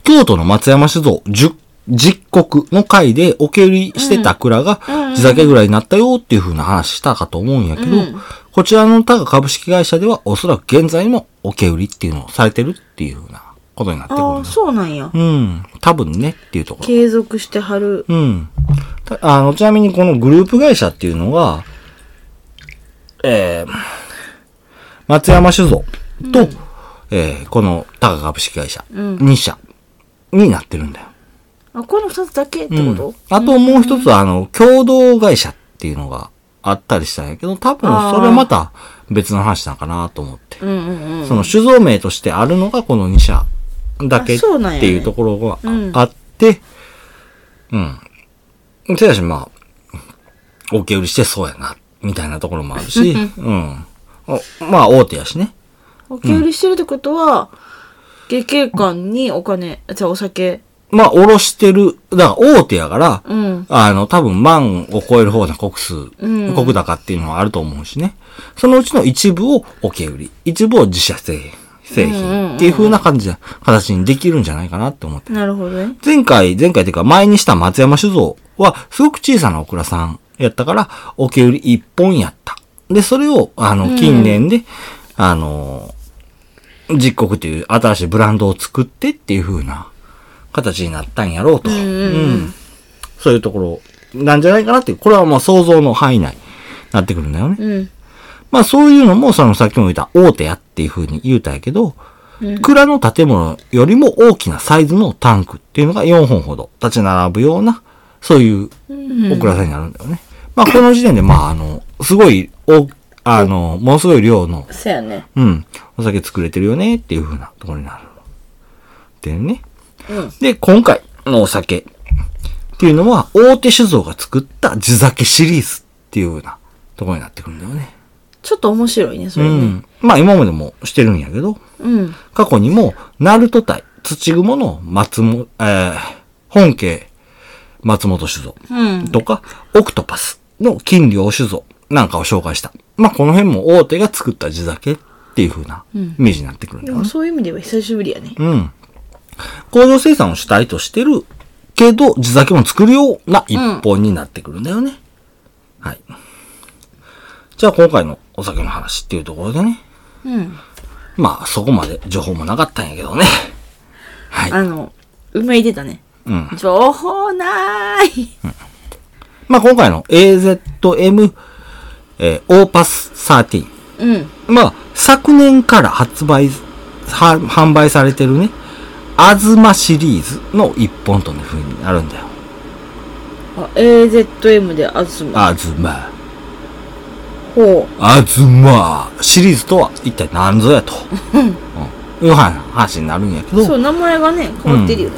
Speaker 1: 京都の松山酒造10、実国の会でおけ売りしてた蔵が地酒ぐらいになったよっていう風な話したかと思うんやけど、
Speaker 2: うん
Speaker 1: こちらの他が株式会社ではおそらく現在もおけ売りっていうのをされてるっていう風なことになってくる
Speaker 2: あ
Speaker 1: ん
Speaker 2: あ、
Speaker 1: だ。
Speaker 2: そうなんや。
Speaker 1: うん。多分ねっていうところ。
Speaker 2: 継続してはる。
Speaker 1: うん。たあの、ちなみにこのグループ会社っていうのは、えー、松山酒造と、えーこの高株式会社、
Speaker 2: うん
Speaker 1: 2社になってるんだよ。
Speaker 2: あ、この二つだけって
Speaker 1: う
Speaker 2: こ
Speaker 1: ん
Speaker 2: と
Speaker 1: あともう一つ、あの、共同会社っていうのがあったりしたんやけど、多分それはまた別の話なんかなと思って。
Speaker 2: うんうんうん。
Speaker 1: その酒造名としてあるのがこの2社だけっ
Speaker 2: あそうなんや
Speaker 1: て
Speaker 2: ね
Speaker 1: いうところが
Speaker 2: うん
Speaker 1: あって、うん。せやし、まあ、大手売りしてそうやな、みたいなところもあるし、うん。おまあ、大手やしね。
Speaker 2: おけ売りしてるってことは、月桂冠にお金、じゃあお酒。
Speaker 1: まあ、おろしてる、だから大手やから、
Speaker 2: うん。
Speaker 1: あの、多分万を超える方の国数、
Speaker 2: ん
Speaker 1: 国高っていうのはあると思うしね。そのうちの一部を桶売り、一部を自社製品、製品っていう風な感じな、形にできるんじゃないかなって思って。
Speaker 2: なるほどね。
Speaker 1: 前回、前回っていうか前にした松山酒造は、すごく小さなオクラさんやったから、桶売り一本やった。で、それを、あの、近年で、あの、実国という新しいブランドを作ってっていう風な形になったんやろうと。
Speaker 2: うんうん
Speaker 1: そういうところなんじゃないかなっていう、これはまあ想像の範囲内になってくるんだよね。
Speaker 2: うん。うん。
Speaker 1: まあそういうのも、そのさっきも言った大手やっていう風に言うたんやけど、蔵の建物よりも大きなサイズのタンクっていうのが4本ほど立ち並ぶような、そういうお蔵さんになるんだよね。まあこの時点で、まああの、すごい、お、あの、ものすごい量の、
Speaker 2: そうやね。
Speaker 1: うん、お酒作れてるよねっていう風なところになる。でね。
Speaker 2: うん。
Speaker 1: で、今回のお酒っていうのは、大手酒造が作った地酒シリーズっていうようなところになってくるんだよね。
Speaker 2: ちょっと面白いね、そうれね。
Speaker 1: ん。まあ今までもしてるんやけど、
Speaker 2: うん。
Speaker 1: 過去にも、ナルト対土雲の松も、えー、本家松本酒造
Speaker 2: うん。
Speaker 1: とか、オクトパスの金陵酒造なんかを紹介した。まあこの辺も大手が作った地酒っていう風なイメージになってくるんだ
Speaker 2: で
Speaker 1: よね
Speaker 2: もそういう意味では久しぶりやね。
Speaker 1: うん。工場生産を主体としてるけど、地酒も作るような一本になってくるんだよね。はい。じゃあ今回のお酒の話っていうところでね。
Speaker 2: うん。
Speaker 1: まあそこまで情報もなかったんやけど
Speaker 2: <laughs>
Speaker 1: ね。はい。
Speaker 2: あの、梅井出たね。
Speaker 1: うん。
Speaker 2: 情報なーい。
Speaker 1: まあ今回の AZM、えー、オーパス13。
Speaker 2: うん。
Speaker 1: まあ昨年から発売、は販売されてるね、あずまシリーズの一本という風になるんだよ。
Speaker 2: あ、AZM であずま。
Speaker 1: あずま。
Speaker 2: ほ
Speaker 1: あずまシリーズとは一体何ぞや
Speaker 2: <laughs>
Speaker 1: と。うん。いう話になるんやけ
Speaker 2: う。そ
Speaker 1: ど、
Speaker 2: う、名前がね、変わってるよね。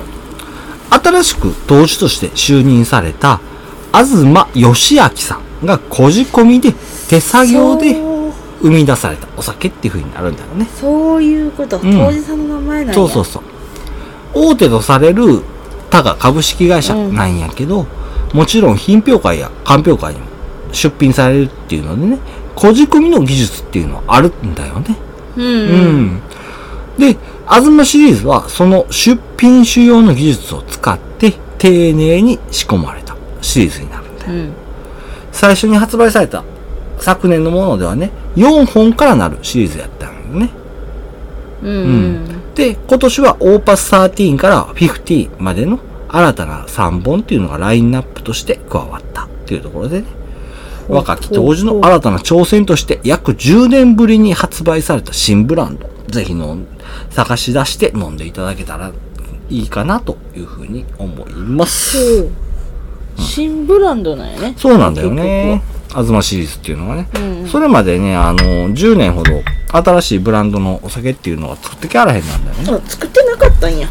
Speaker 1: 新しく当主として就任された、東義明さんがこじ込みで手作業で
Speaker 2: そう
Speaker 1: 生み出されたお酒っていう風になるんだよね。
Speaker 2: そういうこと。
Speaker 1: ん
Speaker 2: 当時さんの名前なんや。
Speaker 1: そうそうそう。大手とされる他が株式会社なんやけど、もちろん品評会や鑑評会にも出品されるっていうのでね、こじ込みの技術っていうのはあるんだよね。
Speaker 2: う。
Speaker 1: うんん。で、あずまシリーズは、その出品主要の技術を使って、丁寧に仕込まれたシリーズになるんだ
Speaker 2: う
Speaker 1: よ。
Speaker 2: ん。
Speaker 1: 最初に発売された昨年のものではね、4本からなるシリーズやったんだよね。
Speaker 2: うん。
Speaker 1: で、今年はオーパス13から15までの新たな3本っていうのがラインナップとして加わったっていうところでね、若き当時の新たな挑戦として約10年ぶりに発売された新ブランド、ぜひの探し出して飲んでいただけたらいいかなというふうに思います。
Speaker 2: そう。新ブランドなんやね。
Speaker 1: そうなんだよね。あずまシリーズっていうのはね。
Speaker 2: うん
Speaker 1: それまでね、あの、10年ほど新しいブランドのお酒っていうのは作ってきゃあらへんなんだよね。
Speaker 2: あ作ってなかったんや。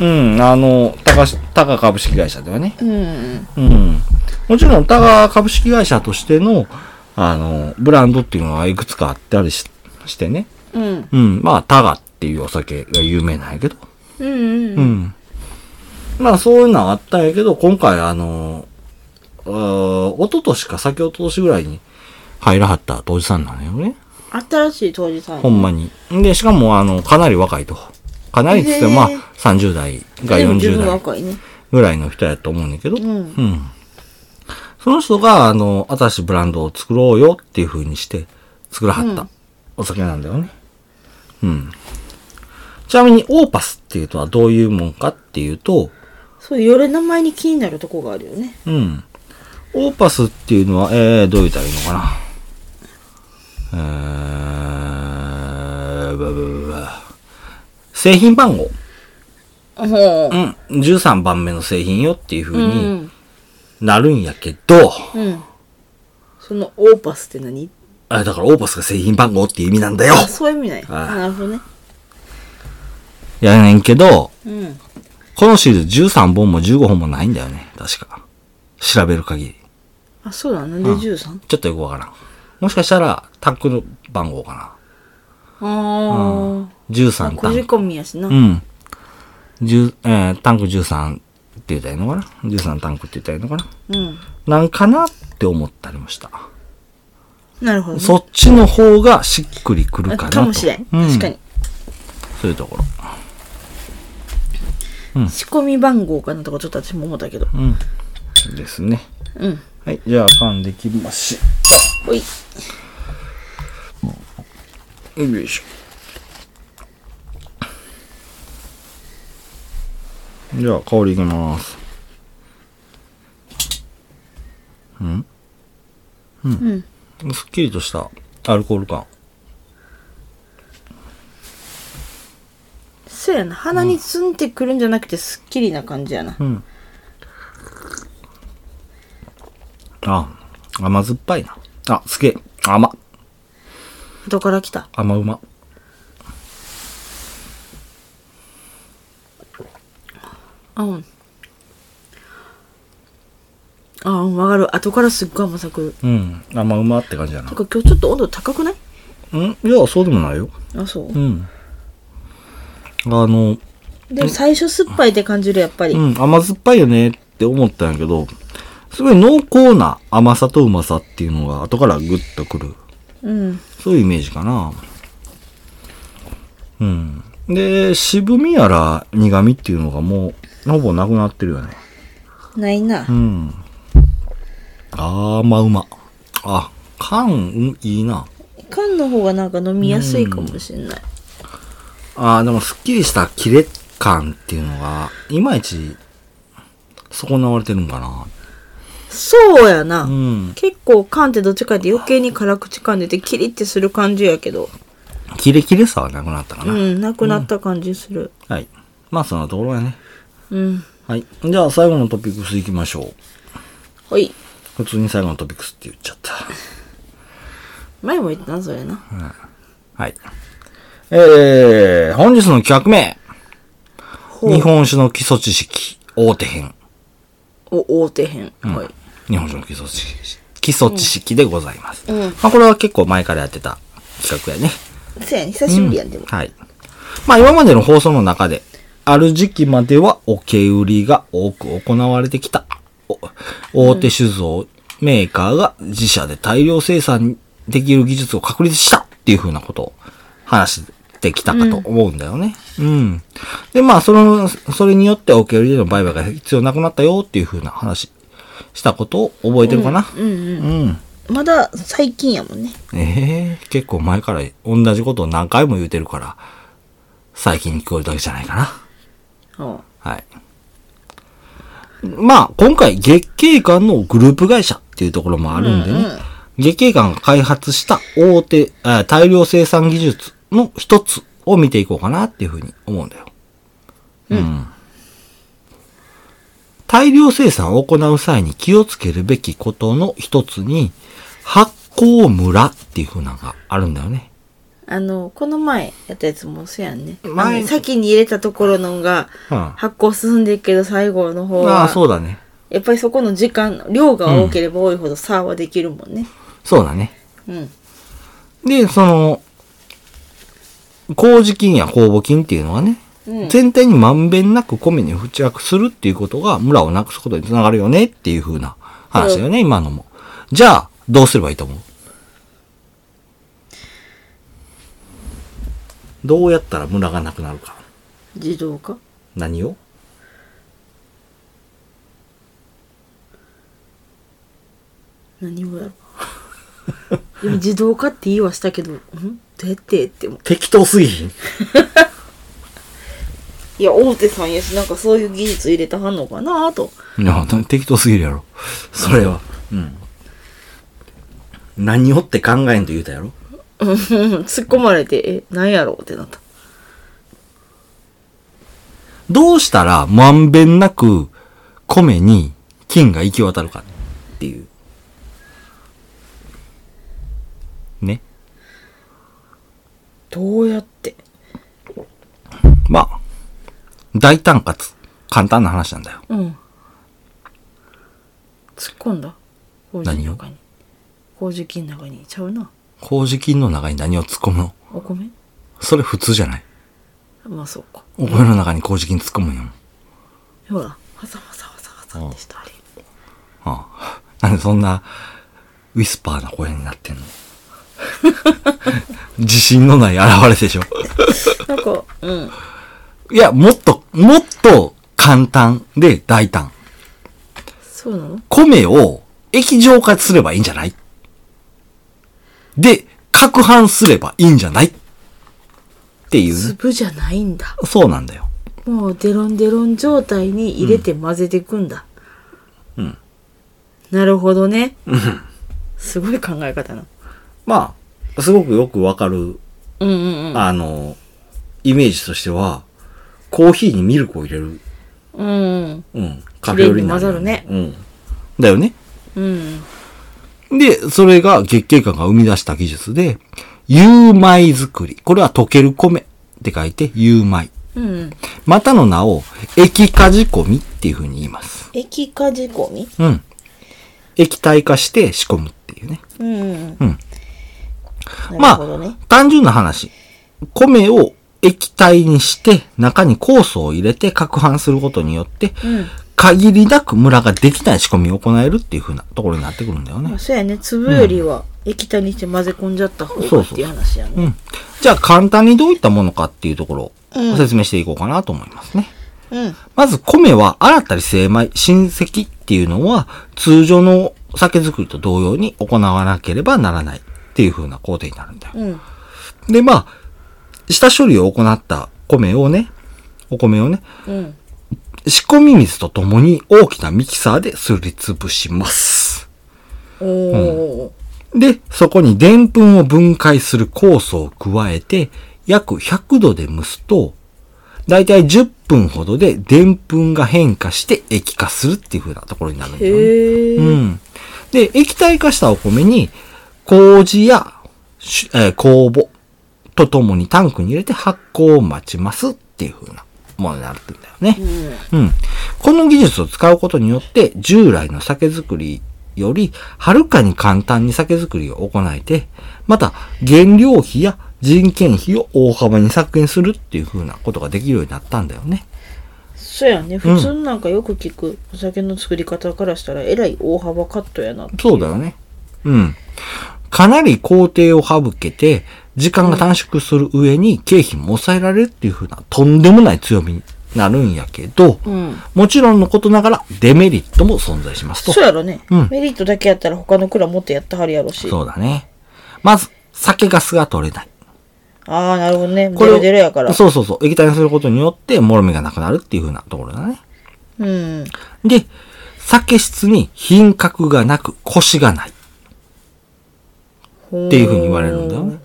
Speaker 1: うん、あの、高し、高株式会社ではね。
Speaker 2: うん。
Speaker 1: うん。もちろん、高株式会社としての、あの、ブランドっていうのはいくつかあったりししてね。
Speaker 2: うん。
Speaker 1: うん。まあ、タガっていうお酒が有名なんやけど。
Speaker 2: うんう。
Speaker 1: うんん。まあ、そういうのはあったんやけど、今回、あの、うー一昨年か先一昨年ぐらいに入らはった当時さんなんだよね。
Speaker 2: 新しい当時さん
Speaker 1: ほ。んまに。で、しかも、あの、かなり若いと。かなりって言っても、まあ
Speaker 2: へー、
Speaker 1: 30代が
Speaker 2: でも十
Speaker 1: 40
Speaker 2: 分
Speaker 1: 代
Speaker 2: 若いね。
Speaker 1: ぐらいの人やと思うんだけど。
Speaker 2: うん。
Speaker 1: うん。その人が、あの、新しいブランドを作ろうよっていう風にして、作らはった、お酒なんだよね。うん。ちなみに、オーパスっていうとはどういうもんかっていうと、
Speaker 2: そう、よれ名前に気になるとこがあるよね。
Speaker 1: うん。オーパスっていうのは、えー、どう言ったらいいのかな。えー、ブブブブ製品番号。
Speaker 2: ほ
Speaker 1: う。
Speaker 2: う
Speaker 1: ん。13番目の製品よっていう風
Speaker 2: う
Speaker 1: に
Speaker 2: ん。
Speaker 1: なるんやけど、
Speaker 2: うん。そのオーパスって何
Speaker 1: あだからオーパスが製品番号っていう意味なんだよ
Speaker 2: あ、そういう意味ない。
Speaker 1: あ
Speaker 2: なるほどね。
Speaker 1: やねんけど、
Speaker 2: うん。
Speaker 1: このシリーズ13本も15本もないんだよね。確か。調べる限り。
Speaker 2: あ、そうだ、なんで 13?
Speaker 1: ちょっとよくわからん。もしかしたら、タックの番号か
Speaker 2: あ
Speaker 1: な。13
Speaker 2: あ。こ
Speaker 1: タ
Speaker 2: じ
Speaker 1: ンク。
Speaker 2: 込みやしな。
Speaker 1: うん。10えータンク13って言ったらいいのかな ?13 タンクって言ったらいいのかな
Speaker 2: うん。
Speaker 1: なんかなって思ったりもした。
Speaker 2: なるほどね。
Speaker 1: そっちの方がしっくりくる
Speaker 2: あ
Speaker 1: かなと。
Speaker 2: かもしれん。
Speaker 1: う
Speaker 2: 確かに。。
Speaker 1: そういうところ。
Speaker 2: 仕込み番号かなとかちょっと私も思ったけど。
Speaker 1: うん。ですね。
Speaker 2: うん。
Speaker 1: はい。じゃあ、パンできまし。
Speaker 2: ほい。
Speaker 1: よいしょ。じゃあ、香りいきます。
Speaker 2: うん。
Speaker 1: すっきりとしたアルコール感。
Speaker 2: そうやな。鼻にツンってくるんじゃなくて、すっきりな感じやな。
Speaker 1: うん。あ、甘酸っぱいな。あ、すげえ。甘。
Speaker 2: どこから来た
Speaker 1: 甘うま。
Speaker 2: あ、うん。あ、うん、わかる。後からすっごい甘さくる。
Speaker 1: うん。甘うまって感じだな
Speaker 2: て。か今日ちょっと温度高くない
Speaker 1: うんいや、そうでもないよ。
Speaker 2: あ、そう。
Speaker 1: うん。あの、
Speaker 2: でも最初酸っぱいって感じる、やっぱり。
Speaker 1: うん、甘酸っぱいよねって思ったんやけど、すごい濃厚な甘さとうまさっていうのが後からグッとくる。
Speaker 2: うん。
Speaker 1: そういうイメージかな。うん。で、渋みやら苦味っていうのがもう、ほぼなくなってるよね。
Speaker 2: ないな
Speaker 1: う。ん。あー、まうま。あ、缶、うんいいな。
Speaker 2: 缶の方がなんか飲みやすいかもしれない。
Speaker 1: あー、でもすっきりしたキレ感っていうのが、いまいち、損なわれてるんかな。
Speaker 2: そうやな。
Speaker 1: うん。
Speaker 2: 結構缶ってどっちかって余計に辛口感出てキリってする感じやけど。
Speaker 1: キレキレさはなくなったか
Speaker 2: う
Speaker 1: な。
Speaker 2: ん、なくなった感じする。
Speaker 1: はい。まあ、そんなところやね。
Speaker 2: うん。
Speaker 1: はい。じゃあ、最後のトピックス行きましょう。
Speaker 2: ほい。
Speaker 1: 普通に最後のトピックスって言っちゃった。
Speaker 2: 前も言ったな、それな。
Speaker 1: はい。えー、本日の企画名。
Speaker 2: ほう
Speaker 1: 日。本酒の基礎知識、大手編。
Speaker 2: お、大手編。はい。
Speaker 1: 日本酒の基礎知識、基礎知識でございます。
Speaker 2: うん
Speaker 1: まあ、これは結構前からやってた企画やね。
Speaker 2: せやね、久しぶりやん、でも。
Speaker 1: はい。まあ、今までの放送の中で、ある時期まではおけ売りが多く行われてきた。お大手酒造メーカーが自社で大量生産できる技術を確立したっていうふうなことを話してきたかと思うんだよね。うん。で、まあ、その、それによっておけ売りでの売買が必要なくなったよっていうふうな話したことを覚えてるかな。
Speaker 2: うん
Speaker 1: うん。
Speaker 2: うん。まだ最近やもんね。
Speaker 1: ええ結構前から同じことを何回も言うてるから、最近聞こえるだけじゃないかな。
Speaker 2: おう
Speaker 1: はい。まあ、今回、月経館のグループ会社っていうところもあるんでね、
Speaker 2: うんうん
Speaker 1: 月経館が開発した大手、あ大量生産技術の一つを見ていこうかなっていうふうに思うんだよ。うん。大量生産を行う際に気をつけるべきことの一つに、発酵村っていうふうなのがあるんだよね。
Speaker 2: あの、この前やったやつもそうやんね。
Speaker 1: 前
Speaker 2: あの先に入れたところのが
Speaker 1: うん。
Speaker 2: 発酵進んでいくけど最後の方
Speaker 1: ああ、
Speaker 2: は、
Speaker 1: そうだね。
Speaker 2: やっぱりそこの時間、量が多ければ多いほど差はできるもんね。
Speaker 1: そうだね。
Speaker 2: うん。
Speaker 1: で、その、麹菌や酵母菌っていうのはね、
Speaker 2: うん
Speaker 1: 全体にまんべんなく米に付着するっていうことが村をなくすことにつながるよねっていう風な話だよね、今のも。じゃあ、どうすればいいと思うどうやったら村がなくなるか。
Speaker 2: 自動化
Speaker 1: 何を
Speaker 2: 何をやろ <laughs> うでも自動化って言いはしたけど、んどうやってっても。
Speaker 1: 適当すぎひん
Speaker 2: いや、大手さんやし、なんかそういう技術入れたはんのかなぁと。 <laughs>
Speaker 1: いや、適当すぎるやろ。それは。うん。何をって考えんと言うたやろ
Speaker 2: うんうん突っ込まれて、え、なんやろうってなった。
Speaker 1: どうしたらまんべんなく米に菌が行き渡るかっていう。ね。
Speaker 2: どうやって
Speaker 1: まあ、大胆かつ簡単な話なんだよ。
Speaker 2: うん。突っ込んだ麹の中に麹菌の中にちゃうな
Speaker 1: 麹菌の中に何を突っ込むの
Speaker 2: お米
Speaker 1: それ普通じゃない
Speaker 2: まあそうか
Speaker 1: お米の中に麹菌突っ込むんやもん。
Speaker 2: ほらわざわざわざわざってしたあれ
Speaker 1: ああなんでそんな、ウィスパーな声になってんの自信のない現れでしょ。
Speaker 2: なんかうん
Speaker 1: いや、もっと、もっと簡単で大胆。
Speaker 2: そうなの
Speaker 1: 米を液状化すればいいんじゃないで、攪拌すればいいんじゃないっていうね、
Speaker 2: 粒じゃないんだ
Speaker 1: そうなんだよ。
Speaker 2: もうデロンデロン状態に入れて混ぜていくんだうん、なるほどねすごい考え方な
Speaker 1: まあ、すごくよくわかる、
Speaker 2: うんうん
Speaker 1: あの、イメージとしては、コーヒーにミルクを入れる
Speaker 2: うんうん
Speaker 1: うん。カフェオレになるよ
Speaker 2: 綺麗に
Speaker 1: うん。だよね。
Speaker 2: うん
Speaker 1: で、それが月経館が生み出した技術で、有米作り。これは溶ける米って書いて、有米。
Speaker 2: うん
Speaker 1: またの名を、液化仕込みっていうふうに言います。
Speaker 2: 液化仕込み
Speaker 1: うん。液体化して仕込むっていうね。
Speaker 2: う
Speaker 1: う
Speaker 2: ん
Speaker 1: ん。
Speaker 2: なるほどね、
Speaker 1: 単純な話。米を液体にして、中に酵素を入れて攪拌することによって、
Speaker 2: うん
Speaker 1: 限りなくムラができない仕込みを行えるっていうふうなところになってくるんだよね
Speaker 2: まあ、。そうやね粒よりは液体にして混ぜ込んじゃった方
Speaker 1: そ
Speaker 2: が
Speaker 1: う
Speaker 2: っ
Speaker 1: そう
Speaker 2: ていう話や
Speaker 1: う
Speaker 2: ね
Speaker 1: ん。じゃあ簡単にどういったものかっていうところを
Speaker 2: うん
Speaker 1: お説明していこうかなと思いますね。
Speaker 2: うん
Speaker 1: まず米は新たに精米、親戚っていうのは通常の酒造りと同様に行わなければならないっていう風な工程になるんだよ。
Speaker 2: うん
Speaker 1: で、まあ、下処理を行った米をね、お米をね、
Speaker 2: うん
Speaker 1: 仕込み水とともに大きなミキサーですりつぶします。
Speaker 2: おー
Speaker 1: で、そこに澱粉を分解する酵素を加えて、約100度で蒸すと、だいたい10分ほどで澱粉が変化して液化するっていう風なところになるんだよね。
Speaker 2: へえ、
Speaker 1: うん。で、液体化したお米に、麹や、しえー酵母とともにタンクに入れて発酵を待ちますっていう風なものになるんだよね。
Speaker 2: うん
Speaker 1: うん。この技術を使うことによって、従来の酒造りより、はるかに簡単に酒造りを行えて、また、原料費や人件費を大幅に削減するっていう風なことができるようになったんだよね。
Speaker 2: そうやね普通なんかよく聞くお酒の作り方からしたらえらい大幅カットやなってい
Speaker 1: そうだよね。うん。かなり工程を省けて、時間が短縮する上に経費も抑えられるっていう風な、とんでもない強みになるんやけど、
Speaker 2: うん
Speaker 1: もちろんのことながらデメリットも存在しますと
Speaker 2: そ。うやろね、
Speaker 1: うん
Speaker 2: メリットだけやったら他の蔵もっとやってはるやろし
Speaker 1: そうだね。まず、酒粕が取れない。
Speaker 2: ああなるほどねデロ
Speaker 1: を
Speaker 2: デロやから
Speaker 1: そうそうそう。液体にすることによって、もろみがなくなるっていう風なところだね。
Speaker 2: うん
Speaker 1: で、酒質に品格がなく、コシがないっ
Speaker 2: って
Speaker 1: いう風に言われるんだよね。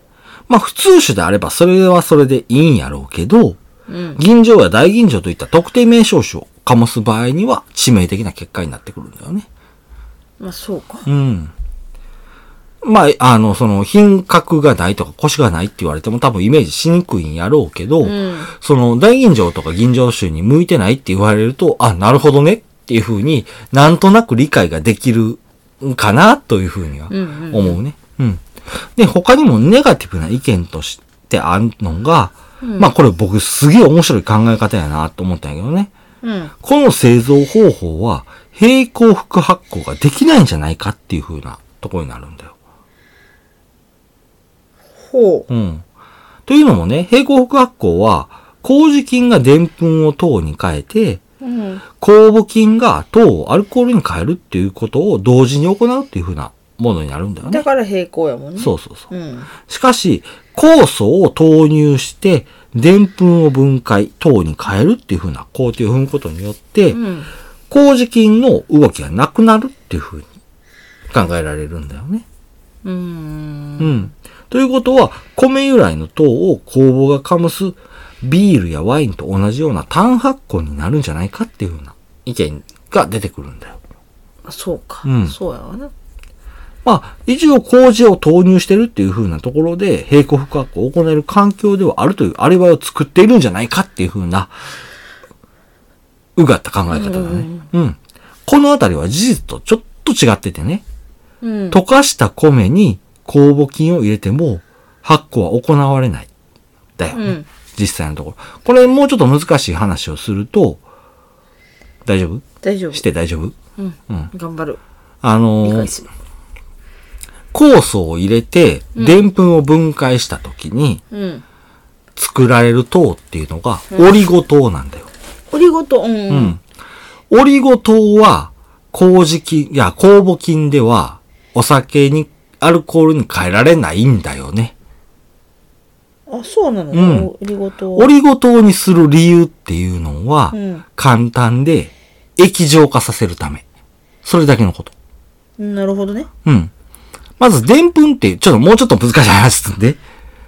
Speaker 1: まあ、普通酒であれば、それはそれでいいんやろうけど、
Speaker 2: うん
Speaker 1: 銀醸や大銀醸といった特定名称種を醸す場合には、致命的な結果になってくるんだよね。
Speaker 2: まあそうか
Speaker 1: うん。まあ、あの、その、品格がないとか、コシがないって言われても多分イメージしにくいんやろうけど、
Speaker 2: ん
Speaker 1: その、大吟醸とか銀醸酒に向いてないって言われると、あ、なるほどねっていうふうになんとなく理解ができるんかなというふうには
Speaker 2: うん
Speaker 1: 思うね。うん。で、他にもネガティブな意見としてあるのが、まあこれ僕すげえ面白い考え方やなと思ったんやけどね。
Speaker 2: うん
Speaker 1: この製造方法は平行副発酵ができないんじゃないかっていう風なところになるんだよ。
Speaker 2: ほう
Speaker 1: うん。というのもね、平行副発酵は、麹菌が澱粉を糖に変えて、
Speaker 2: うん
Speaker 1: 酵母菌が糖をアルコールに変えるっていうことを同時に行うっていう風なものになるんだよ
Speaker 2: だ
Speaker 1: ね。
Speaker 2: から平行やもんね
Speaker 1: そうそうそう。
Speaker 2: うん
Speaker 1: しかし、酵素を投入して、澱粉を分解、糖に変えるっていう風な工程を踏むことによって、
Speaker 2: うん
Speaker 1: 麹菌の動きがなくなるっていう風に考えられるんだよね。
Speaker 2: うーん
Speaker 1: うん。ということは、米由来の糖を酵母が醸すビールやワインと同じような単発酵になるんじゃないかっていう風な意見が出てくるんだよ。
Speaker 2: あそうか、
Speaker 1: うん
Speaker 2: そうやわな
Speaker 1: まあ、一応麹を投入してるっていう風なところで、平行不可抗を行える環境ではあるというアリバイを作っているんじゃないかっていう風な、うがった考え方だね。うん。このあたりは事実とちょっと違っててね。
Speaker 2: うん。
Speaker 1: 溶かした米に酵母菌を入れても発酵は行われない。だよね。
Speaker 2: うん
Speaker 1: 実際のところ。これもうちょっと難しい話をすると、大丈夫
Speaker 2: 大丈夫。
Speaker 1: して大丈夫
Speaker 2: うん。
Speaker 1: うん。
Speaker 2: 頑張る。
Speaker 1: あ
Speaker 2: 理
Speaker 1: の
Speaker 2: 解
Speaker 1: ー、
Speaker 2: する。
Speaker 1: 酵素を入れて、
Speaker 2: うん
Speaker 1: でんぷんを分解した時に
Speaker 2: うん。
Speaker 1: 作られる糖っていうのが、オリゴ糖なんだよ。
Speaker 2: オリゴ糖、うん。
Speaker 1: うん。オリゴ糖は、麹菌、いや、酵母菌では、お酒に、アルコールに変えられないんだよね。
Speaker 2: あ、そうなの、
Speaker 1: うん
Speaker 2: オリゴ糖。
Speaker 1: オリゴ糖にする理由っていうのは
Speaker 2: う、ん。
Speaker 1: 簡単で、液状化させるため。それだけのこと。
Speaker 2: なるほどね。
Speaker 1: うん。まず、でんぷんって、ちょっともうちょっと難しい話すんで。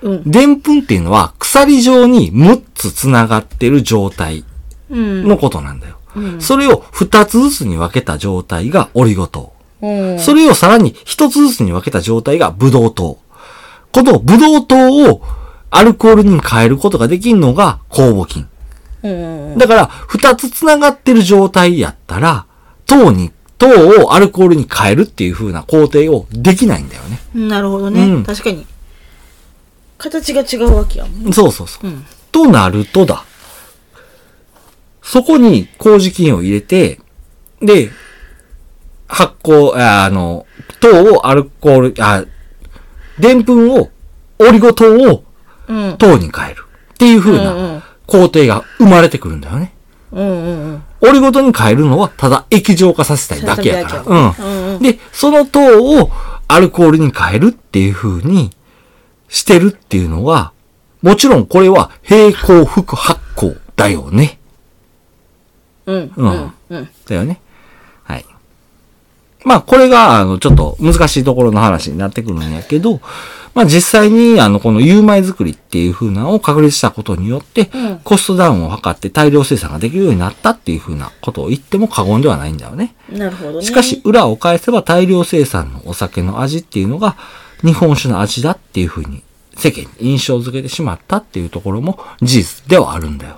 Speaker 2: うん。
Speaker 1: でんぷんっていうのは、鎖状に6つ繋がってる状態
Speaker 2: うん。
Speaker 1: のことなんだよ。
Speaker 2: うん
Speaker 1: それを2つずつに分けた状態がオリゴ糖。
Speaker 2: うん。
Speaker 1: それをさらに一つずつに分けた状態がブドウ糖。このブドウ糖をアルコールに変えることができるのが酵母菌。
Speaker 2: うん。
Speaker 1: だから、二つ繋がってる状態やったら、糖に、糖をアルコールに変えるっていう風な工程をできないんだよね。
Speaker 2: うんなるほどね。
Speaker 1: うん
Speaker 2: 確かに。形が違うわけやもん。
Speaker 1: そうそうそう。
Speaker 2: うん。
Speaker 1: となるとだ。そこに麹菌を入れて、で、発酵、ああの、糖をアルコール、あ、でんぷんを、オリゴ糖を
Speaker 2: うん。
Speaker 1: 糖に変える。っていう風
Speaker 2: うんう
Speaker 1: なん工程が生まれてくるんだよね。
Speaker 2: うんうんうん。
Speaker 1: オリゴ糖に変えるのはただ液状化させたいだけや
Speaker 2: そ
Speaker 1: か
Speaker 2: れだけ
Speaker 1: ら。
Speaker 2: やうんう
Speaker 1: うんん。で、その糖をアルコールに変えるっていう風にしてるっていうのは、もちろんこれは平行複発酵だよね。
Speaker 2: うん。
Speaker 1: うん
Speaker 2: うん。
Speaker 1: だよね。はい。まあ、これが、あの、ちょっと難しいところの話になってくるんやけど、まあ実際に、あの、この有米作りっていう風なのを確立したことによって、
Speaker 2: うん
Speaker 1: コストダウンを図って大量生産ができるようになったっていう風なことを言っても過言ではないんだよね。
Speaker 2: なるほどね。
Speaker 1: しかし、、裏を返せば大量生産のお酒の味っていうのが、日本酒の味だっていう風に、世間に印象づけてしまったっていうところも事実ではあるんだよ。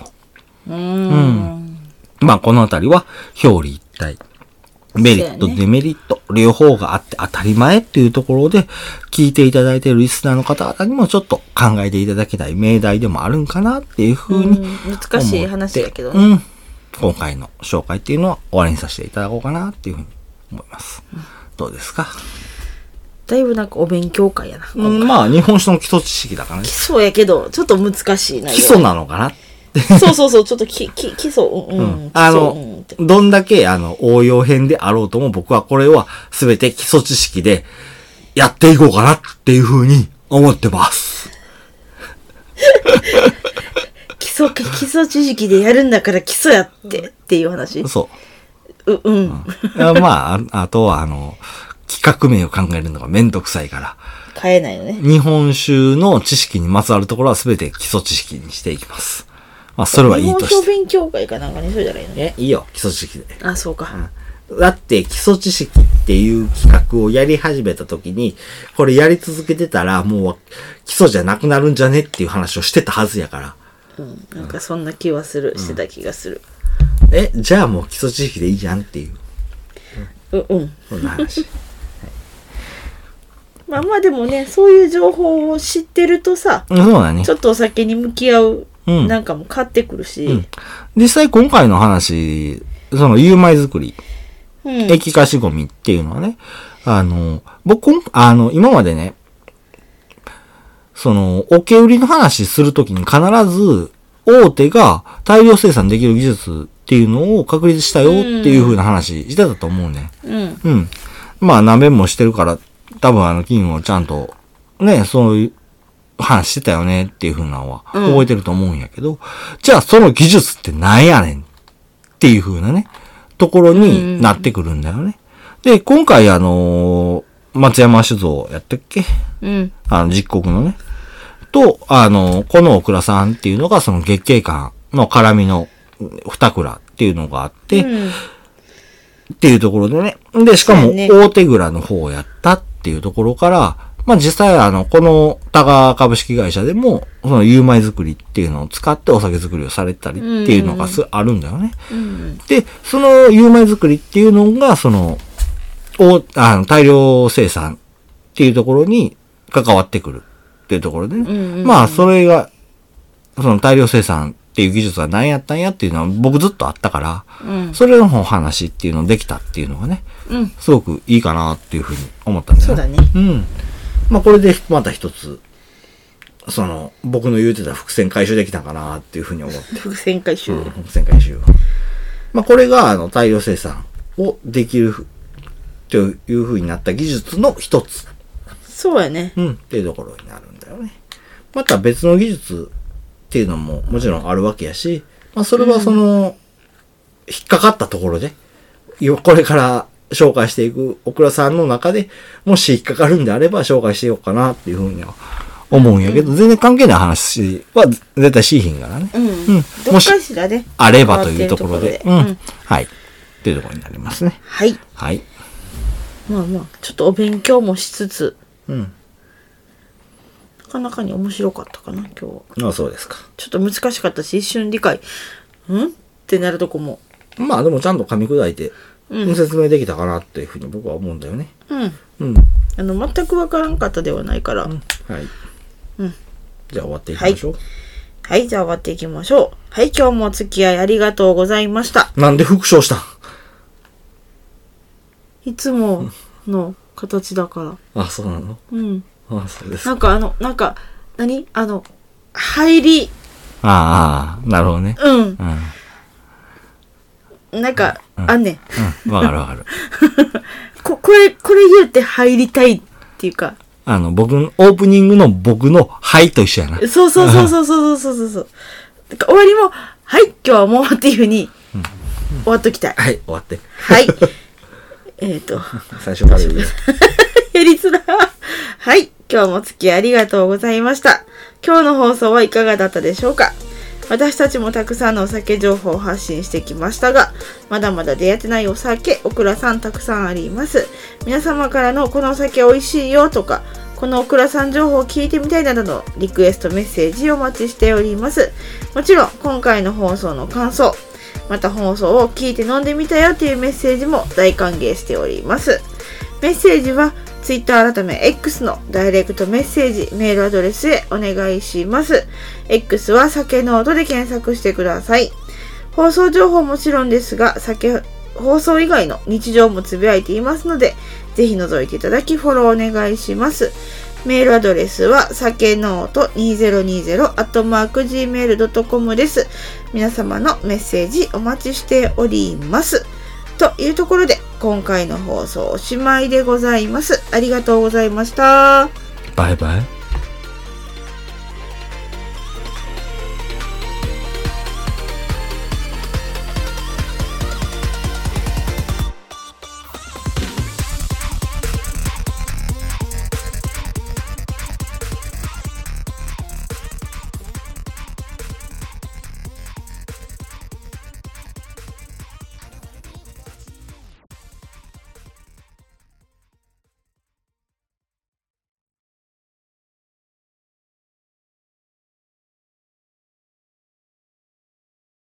Speaker 2: うーん。
Speaker 1: まあ、このあたりは表裏一体。メリット、
Speaker 2: そうやね
Speaker 1: デメリット、両方があって当たり前っていうところで、聞いていただいているリスナーの方々にもちょっと考えていただきたい命題でもあるんかなっていうふう
Speaker 2: うん
Speaker 1: に。
Speaker 2: 難しい話やけど
Speaker 1: 思
Speaker 2: ね。
Speaker 1: ってうん。今回の紹介っていうのは終わりにさせていただこうかなっていうふうに思います。どうですか、
Speaker 2: だいぶなんかお勉強会やな。
Speaker 1: うんまあ、日本酒の基礎知識だからね
Speaker 2: 基。礎やけど、ちょっと難しいな。
Speaker 1: 基礎なのかな
Speaker 2: そうそうそう、ちょっとき、き、基礎、うん、うん、基
Speaker 1: あ
Speaker 2: 礎、
Speaker 1: の、
Speaker 2: うんって。
Speaker 1: どんだけ、あの、応用編であろうとも、僕はこれは全て基礎知識でやっていこうかなっていうふうに思ってます。
Speaker 2: 基礎か、基礎知識でやるんだから基礎やってっていう話。、
Speaker 1: そう
Speaker 2: うん。
Speaker 1: う。あまああ、あとは、あの、企画名を考えるのがめんどくさいから、
Speaker 2: 変えないよね。
Speaker 1: 日本酒の知識にまつわるところは全て基礎知識にしていきます。まあ、それはいいと
Speaker 2: 日本
Speaker 1: し
Speaker 2: 酒
Speaker 1: て。
Speaker 2: 勉強会かなんかにそうじゃないのね。
Speaker 1: え、いいよ、基礎知識で。
Speaker 2: あ、そうか。
Speaker 1: だって基礎知識っていう企画をやり始めた時に、これやり続けてたらもう基礎じゃなくなるんじゃねっていう話をしてたはずやから。
Speaker 2: うん。なんかそんな気はする。してた気がする。
Speaker 1: え、じゃあもう基礎知識でいいじゃんっていう、
Speaker 2: うん、うん。
Speaker 1: そんな話。
Speaker 2: まあまあでもね、そういう情報を知ってるとさ、
Speaker 1: うん <laughs> そうだね
Speaker 2: ち。ょっとお酒に向き合う、
Speaker 1: うん
Speaker 2: なんかも変わってくるし、
Speaker 1: うん実際今回の話、その有米作り、
Speaker 2: うん。
Speaker 1: 液化しゴミっていうのはね、あの、僕、あの、今までね、その、おけ売りの話するときに必ず、大手が大量生産できる技術っていうのを確立したよっていう風な話してたと思うね。
Speaker 2: うん。
Speaker 1: うん。まあ、何遍もしてるから、多分あの、金をちゃんと、ね、そういう話してたよねっていう風なのは
Speaker 2: うん
Speaker 1: 覚えてると思うんやけど、じゃあその技術って何やねんっていう風なね、ところになってくるんだよね。で、今回あのー松山酒造やったっけ
Speaker 2: うん。
Speaker 1: あの、実国のね。と、あの、このオクラさんっていうのが、その月経館の絡みの二蔵っていうのがあって、
Speaker 2: うん
Speaker 1: っていうところでね。で、しかも
Speaker 2: そうやね
Speaker 1: 大手蔵の方をやったっていうところから、まあ実際あの、このタガ株式会社でも、その有米作りっていうのを使ってお酒作りをされたりっていうのがす、あるんだよね。
Speaker 2: うん。
Speaker 1: で、その有米作りっていうのが、その、を、あの、大量生産っていうところに関わってくるっていうところでね。
Speaker 2: うんうんうん
Speaker 1: まあ、それが、その大量生産っていう技術が何やったんやっていうのは僕ずっとあったから、
Speaker 2: うん
Speaker 1: それのお話っていうのできたっていうのがね、
Speaker 2: うん
Speaker 1: すごくいいかなっていうふうに思ったんだよ
Speaker 2: そうだね
Speaker 1: うん。まあ、これでまた一つ、その、僕の言うてた伏線回収できたかなっていうふうに思って。
Speaker 2: 伏線回収、
Speaker 1: うん、伏線回収は。まあ、これが、あの、大量生産をできる、というふうになった技術の一つ、
Speaker 2: そうやね
Speaker 1: うん、っていうところになるんだよね。また別の技術っていうのももちろんあるわけやし、まあ、それはその、引っかかったところで、よこれから紹介していく小倉さんの中でもし引っかかるんであれば紹介してようかなっていうふうには思うんやけど、全然関係ない話は絶対しひんからね。
Speaker 2: うん、
Speaker 1: ん
Speaker 2: どっかしらね
Speaker 1: あればというところで。
Speaker 2: 変わって
Speaker 1: う
Speaker 2: るところで
Speaker 1: ん。
Speaker 2: うん
Speaker 1: はい。というところになりますね。
Speaker 2: はい
Speaker 1: はい。
Speaker 2: まあまあちょっとお勉強もしつつ
Speaker 1: うん。
Speaker 2: なかなかに面白かったかな今日は
Speaker 1: あそうですか。
Speaker 2: ちょっと難しかったし一瞬理解んってなるとこも
Speaker 1: まあでもちゃんと噛み砕いて、
Speaker 2: うん
Speaker 1: 説明できたかなっていうふうに僕は思うんだよね。
Speaker 2: うん
Speaker 1: うん。
Speaker 2: あの全くわからんかったではないから、
Speaker 1: はい。
Speaker 2: うん
Speaker 1: じゃあ終わっていきましょう。
Speaker 2: はいじゃあ終わっていきましょうはい今日もお付き合いありがとうございました
Speaker 1: なんで復唱したん
Speaker 2: いつもの形だから
Speaker 1: あ、そうなの
Speaker 2: うん
Speaker 1: あ、そうです。
Speaker 2: な
Speaker 1: あ
Speaker 2: んかあのなんか何あの入り
Speaker 1: あ、ああなるほどね。
Speaker 2: うん
Speaker 1: うん。
Speaker 2: なんか、あんねん
Speaker 1: うん。わかるわかる。
Speaker 2: ここれこれ言うて入りたいっていうか
Speaker 1: あの、僕の、オープニングの僕のはいと一緒やな。
Speaker 2: そうそうそうそうそうそうそうそう。だから終わりも、はい、今日はもうっていうふうに、終わっときたい。
Speaker 1: はい、終わって。
Speaker 2: はい。えっと、
Speaker 1: 最初から言うよ。
Speaker 2: <laughs> やりづら。はい、今日もお付き合いありがとうございました。今日の放送はいかがだったでしょうか私たちもたくさんのお酒情報を発信してきましたが、まだまだ出会ってないお酒、オクラさんたくさんあります。皆様からのこのお酒美味しいよとか、このオクラさん情報を聞いてみたいなどのリクエストメッセージをお待ちしております。もちろん、今回の放送の感想、また放送を聞いて飲んでみたよというメッセージも大歓迎しております。メッセージは Twitter 改め X のダイレクトメッセージ、メールアドレスへお願いします。X は酒ノートで検索してください。放送情報もちろんですが、酒、放送以外の日常もつぶやいていますので、ぜひ覗いていただきフォローお願いします。メールアドレスは、さけのーと 2020-gmail.com です。皆様のメッセージお待ちしております。というところで、今回の放送おしまいでございます。ありがとうございました。
Speaker 1: バイバイ。